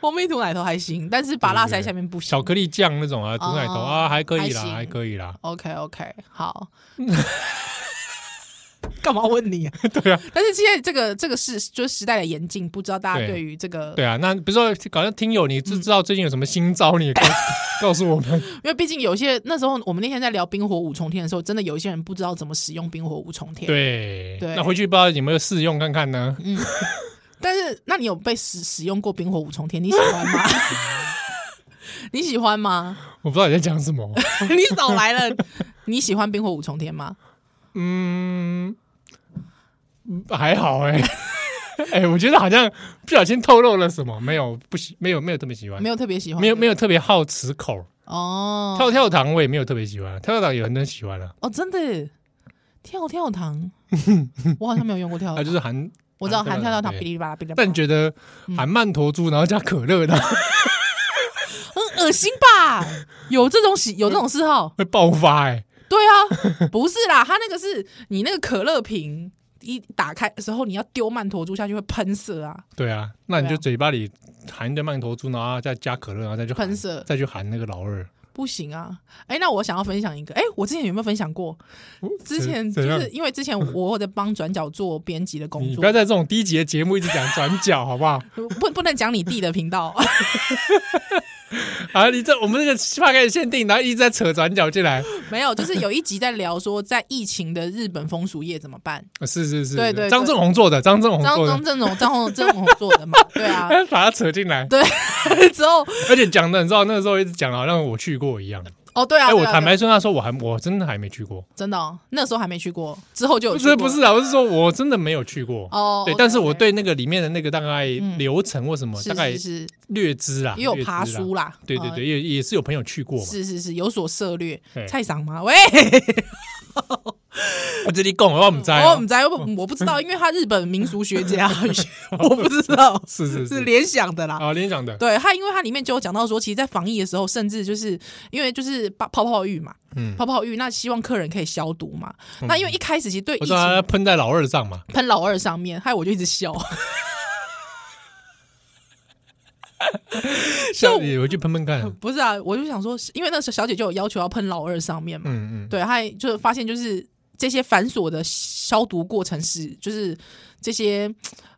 [SPEAKER 2] 蜂蜜涂奶头还行，但是拔辣塞下面不行
[SPEAKER 1] 巧。克力酱那种啊，涂奶头
[SPEAKER 2] 哦
[SPEAKER 1] 啊，还可以
[SPEAKER 2] 还
[SPEAKER 1] 啦，
[SPEAKER 2] 行
[SPEAKER 1] 还可以啦，
[SPEAKER 2] OK OK，好。 干嘛问你、啊？
[SPEAKER 1] 对啊，
[SPEAKER 2] 但是现在这个这个是就是时代的严禁，不知道大家
[SPEAKER 1] 对
[SPEAKER 2] 对于这个，
[SPEAKER 1] 对啊，那比如说搞像听友，你
[SPEAKER 2] 嗯
[SPEAKER 1] 知知道最近有什么新招， 你也告告诉我们，
[SPEAKER 2] 因为毕竟有些那时候我们那天在聊冰火五重天的时候，真的有一些人不知道怎么使用冰火五重天。，
[SPEAKER 1] 对，
[SPEAKER 2] 对嗯
[SPEAKER 1] 那回去不知道有没有试用看看呢？
[SPEAKER 2] 但是那你有被使使用过冰火五重天？你喜欢吗？ 你喜欢吗？
[SPEAKER 1] 我不知道你在讲什么，
[SPEAKER 2] 你少来了！ 你喜欢冰火五重天吗？
[SPEAKER 1] 嗯，还好哎、哎、我觉得好像不小心透露了什么，没有不喜，没有没有特别喜欢，
[SPEAKER 2] 没有特别喜欢，
[SPEAKER 1] 没有没有特别好吃口。
[SPEAKER 2] 哦
[SPEAKER 1] 跳跳糖我也没有特别喜欢，跳跳糖有很多人喜欢啊了、
[SPEAKER 2] 哦，真的跳 跳糖，我好像没有用过
[SPEAKER 1] 啊，
[SPEAKER 2] 跳跳
[SPEAKER 1] 就是
[SPEAKER 2] 糖，
[SPEAKER 1] 含，
[SPEAKER 2] 我知道
[SPEAKER 1] 含
[SPEAKER 2] 含
[SPEAKER 1] 跳跳
[SPEAKER 2] 跳跳
[SPEAKER 1] 糖
[SPEAKER 2] 糖
[SPEAKER 1] 对
[SPEAKER 2] 哔哩吧啦哔哩吧啦，
[SPEAKER 1] 但你觉得
[SPEAKER 2] 嗯
[SPEAKER 1] 含曼陀珠然后加可乐的
[SPEAKER 2] 很恶心吧？有这种喜有这种嗜好？
[SPEAKER 1] 会爆发哎、
[SPEAKER 2] 对啊，不是啦，它那个是你那个可乐瓶一打开的时候，你要丢曼陀珠下去会喷射啊，
[SPEAKER 1] 对啊，那你
[SPEAKER 2] 对
[SPEAKER 1] 就
[SPEAKER 2] 啊
[SPEAKER 1] 嘴巴里含一堆曼陀珠，然后再加可乐，然后再去含
[SPEAKER 2] 喷射
[SPEAKER 1] 再去含那个老二。
[SPEAKER 2] 不行啊。哎、那我想要分享一个，哎、我之前有没有分享过？之前
[SPEAKER 1] 怎
[SPEAKER 2] 就
[SPEAKER 1] 怎样
[SPEAKER 2] 是因为之前我有在帮转角做编辑的工
[SPEAKER 1] 你
[SPEAKER 2] 作
[SPEAKER 1] 不要，在这种低级的节目一直讲转角，好不好？
[SPEAKER 2] 不不能讲你弟的频道，
[SPEAKER 1] 啊，你这我们这个大概限定，然后一直在扯转角进来，
[SPEAKER 2] 没有，就是有一集在聊说在疫情的日本风俗业怎么办。
[SPEAKER 1] 啊是是是，
[SPEAKER 2] 对对对
[SPEAKER 1] 张正宏做的，张正宏
[SPEAKER 2] 张
[SPEAKER 1] 做
[SPEAKER 2] 张
[SPEAKER 1] 的，哎
[SPEAKER 2] 正荣、张宏正宏做的 嘛，对啊，
[SPEAKER 1] 把他扯进来，
[SPEAKER 2] 对，之后
[SPEAKER 1] 而且讲的你知道那时候一直讲，好像我去过一样，
[SPEAKER 2] 哦，对啊，
[SPEAKER 1] 哎，
[SPEAKER 2] 对
[SPEAKER 1] 我
[SPEAKER 2] 啊
[SPEAKER 1] 坦
[SPEAKER 2] 对啊
[SPEAKER 1] 白说，那时候我还我真的还没去过，
[SPEAKER 2] 真的哦，那时候还没去过，之后就有
[SPEAKER 1] 不
[SPEAKER 2] 去
[SPEAKER 1] 是
[SPEAKER 2] 过
[SPEAKER 1] 不是啊，我是说我真的没有去过。
[SPEAKER 2] 哦，
[SPEAKER 1] 对，
[SPEAKER 2] OK，
[SPEAKER 1] 但是我
[SPEAKER 2] OK
[SPEAKER 1] 对那个里面的那个大概流程或什么，
[SPEAKER 2] 是
[SPEAKER 1] 大概
[SPEAKER 2] 是是
[SPEAKER 1] 略知啦，
[SPEAKER 2] 也有
[SPEAKER 1] 略知
[SPEAKER 2] 爬
[SPEAKER 1] 啦
[SPEAKER 2] 书啦，
[SPEAKER 1] 对对
[SPEAKER 2] 呃
[SPEAKER 1] 对，也也是有朋友去过嘛。
[SPEAKER 2] 是是是有所涉略
[SPEAKER 1] 对。 哦
[SPEAKER 2] 菜赏吗？喂，
[SPEAKER 1] 我这里讲，我唔知道哦，
[SPEAKER 2] 我们在我不知道，因为他日本民俗 学家，我不知道
[SPEAKER 1] 是是
[SPEAKER 2] 是
[SPEAKER 1] 是，
[SPEAKER 2] 联想的啦。
[SPEAKER 1] 啊，联想的，
[SPEAKER 2] 对他，因为他里面就有讲到说，其实，在防疫的时候，甚至就是因为就是泡泡泡浴嘛，
[SPEAKER 1] 嗯，
[SPEAKER 2] 泡泡浴，那希望客人可以消毒嘛。那因为一开始其实对疫
[SPEAKER 1] 我知道他
[SPEAKER 2] 情
[SPEAKER 1] 喷在老二上嘛，
[SPEAKER 2] 喷老二上面，害我就一直笑。
[SPEAKER 1] 下次我去喷喷看，嗯
[SPEAKER 2] 不是啊，我就想说，因为那时候小姐就有要求要喷老二上面嘛，
[SPEAKER 1] 嗯，
[SPEAKER 2] 对，还就是发现就是这些繁琐的消毒过程是，就是这些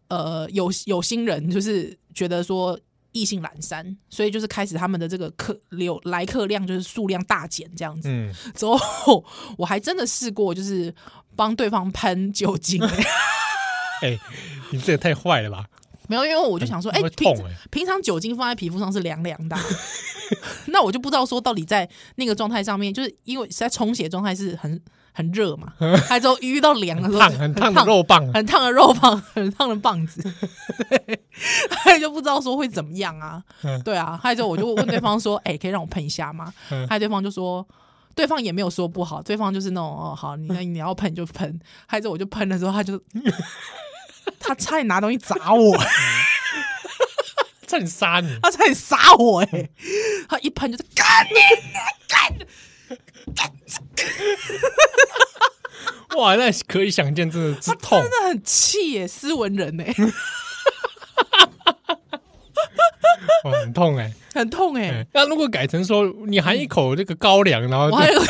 [SPEAKER 2] 呃有有心人就是觉得说异性懒散，所以就是开始他们的这个客流来客量就是数量大减这样子。
[SPEAKER 1] 嗯，
[SPEAKER 2] 之后我还真的试过，就是帮对方喷 酒精、
[SPEAKER 1] 哎，你这也太坏了吧？
[SPEAKER 2] 没有，因为我就想说，哎、
[SPEAKER 1] 会
[SPEAKER 2] 平
[SPEAKER 1] 痛哎
[SPEAKER 2] 平常酒精放在皮肤上是凉凉的啊、 那我就不知道说到底在那个状态上面，就是因为是在充血状态是很很热 嘛，还之后一遇到凉的时候
[SPEAKER 1] 烫，
[SPEAKER 2] 就
[SPEAKER 1] 很烫的肉棒，
[SPEAKER 2] 很烫的肉棒， 很烫的棒子，对，还就不知道说会怎么样啊，
[SPEAKER 1] 嗯
[SPEAKER 2] 对啊，还有之后我就问对 方说，哎、可以让我喷一下吗？
[SPEAKER 1] 嗯
[SPEAKER 2] 还有对方就说。对方也没有说不好，对方就是那种哦，好，你你要喷你就喷，还有之后我就喷的时候，他就 他差点拿东西砸我，
[SPEAKER 1] 差点杀你，
[SPEAKER 2] 他差点杀我哎、他一喷就是干你
[SPEAKER 1] 哇，那可以想见，真的是痛，
[SPEAKER 2] 真的很气耶、斯文人哎、
[SPEAKER 1] 哇，很痛哎。
[SPEAKER 2] 很痛哎、
[SPEAKER 1] 哎那如果改成说你含一口那个高粱，然后
[SPEAKER 2] 我还有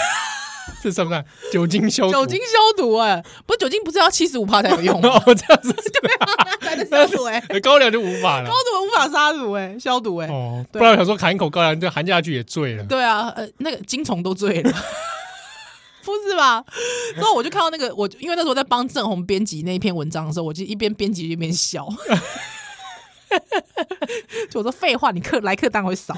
[SPEAKER 1] 这算不算酒精消毒
[SPEAKER 2] 酒精？消毒哎、不是酒精不是要七十五帕才有用吗？ 啊
[SPEAKER 1] 哦，这样子，
[SPEAKER 2] 才能消毒哎、
[SPEAKER 1] 高粱就无法了
[SPEAKER 2] 高。毒无法杀毒哎、消毒哎、
[SPEAKER 1] 哦，不
[SPEAKER 2] 对
[SPEAKER 1] 然我想说含一口高粱，这含下去也醉了。
[SPEAKER 2] 对啊，呃，那个精虫都醉了。不是吧？之后我就看到那个，我因为那时候在帮郑红编辑那一篇文章的时候，我就一边编辑一边笑。 就我说废话，你客来客单会少，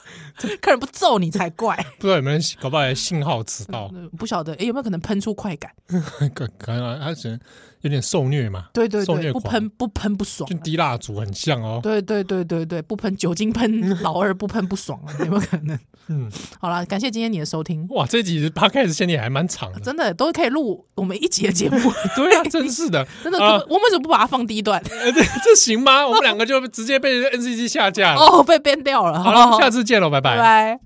[SPEAKER 2] 客人不揍你才怪。
[SPEAKER 1] 不知道有没有人搞不好信号迟到，
[SPEAKER 2] 嗯不晓得哎、诶有没有可能喷出快感？嗯
[SPEAKER 1] 可可能他只能有点受虐嘛，
[SPEAKER 2] 对对
[SPEAKER 1] 受虐
[SPEAKER 2] 对，不
[SPEAKER 1] 狂
[SPEAKER 2] 喷不喷不爽
[SPEAKER 1] 跟
[SPEAKER 2] 啊。
[SPEAKER 1] 滴蜡烛很像哦。
[SPEAKER 2] 对对对对对，不喷酒精喷老二不喷不爽 啊，有没有可能？
[SPEAKER 1] 嗯，
[SPEAKER 2] 好啦，感谢今天你的收听，
[SPEAKER 1] 哇，这集 p 开始限定还蛮长的，
[SPEAKER 2] 真的都可以录我们一啊集的节 目，
[SPEAKER 1] 对啊，真是的，
[SPEAKER 2] 真的，
[SPEAKER 1] 啊
[SPEAKER 2] 我们怎么不把它放第一段？
[SPEAKER 1] 呃这这行吗？我们两个就直接被 NCC 下架了。
[SPEAKER 2] 哦，被编掉了。
[SPEAKER 1] 好
[SPEAKER 2] 好
[SPEAKER 1] 了，下次见喽，拜
[SPEAKER 2] 拜拜。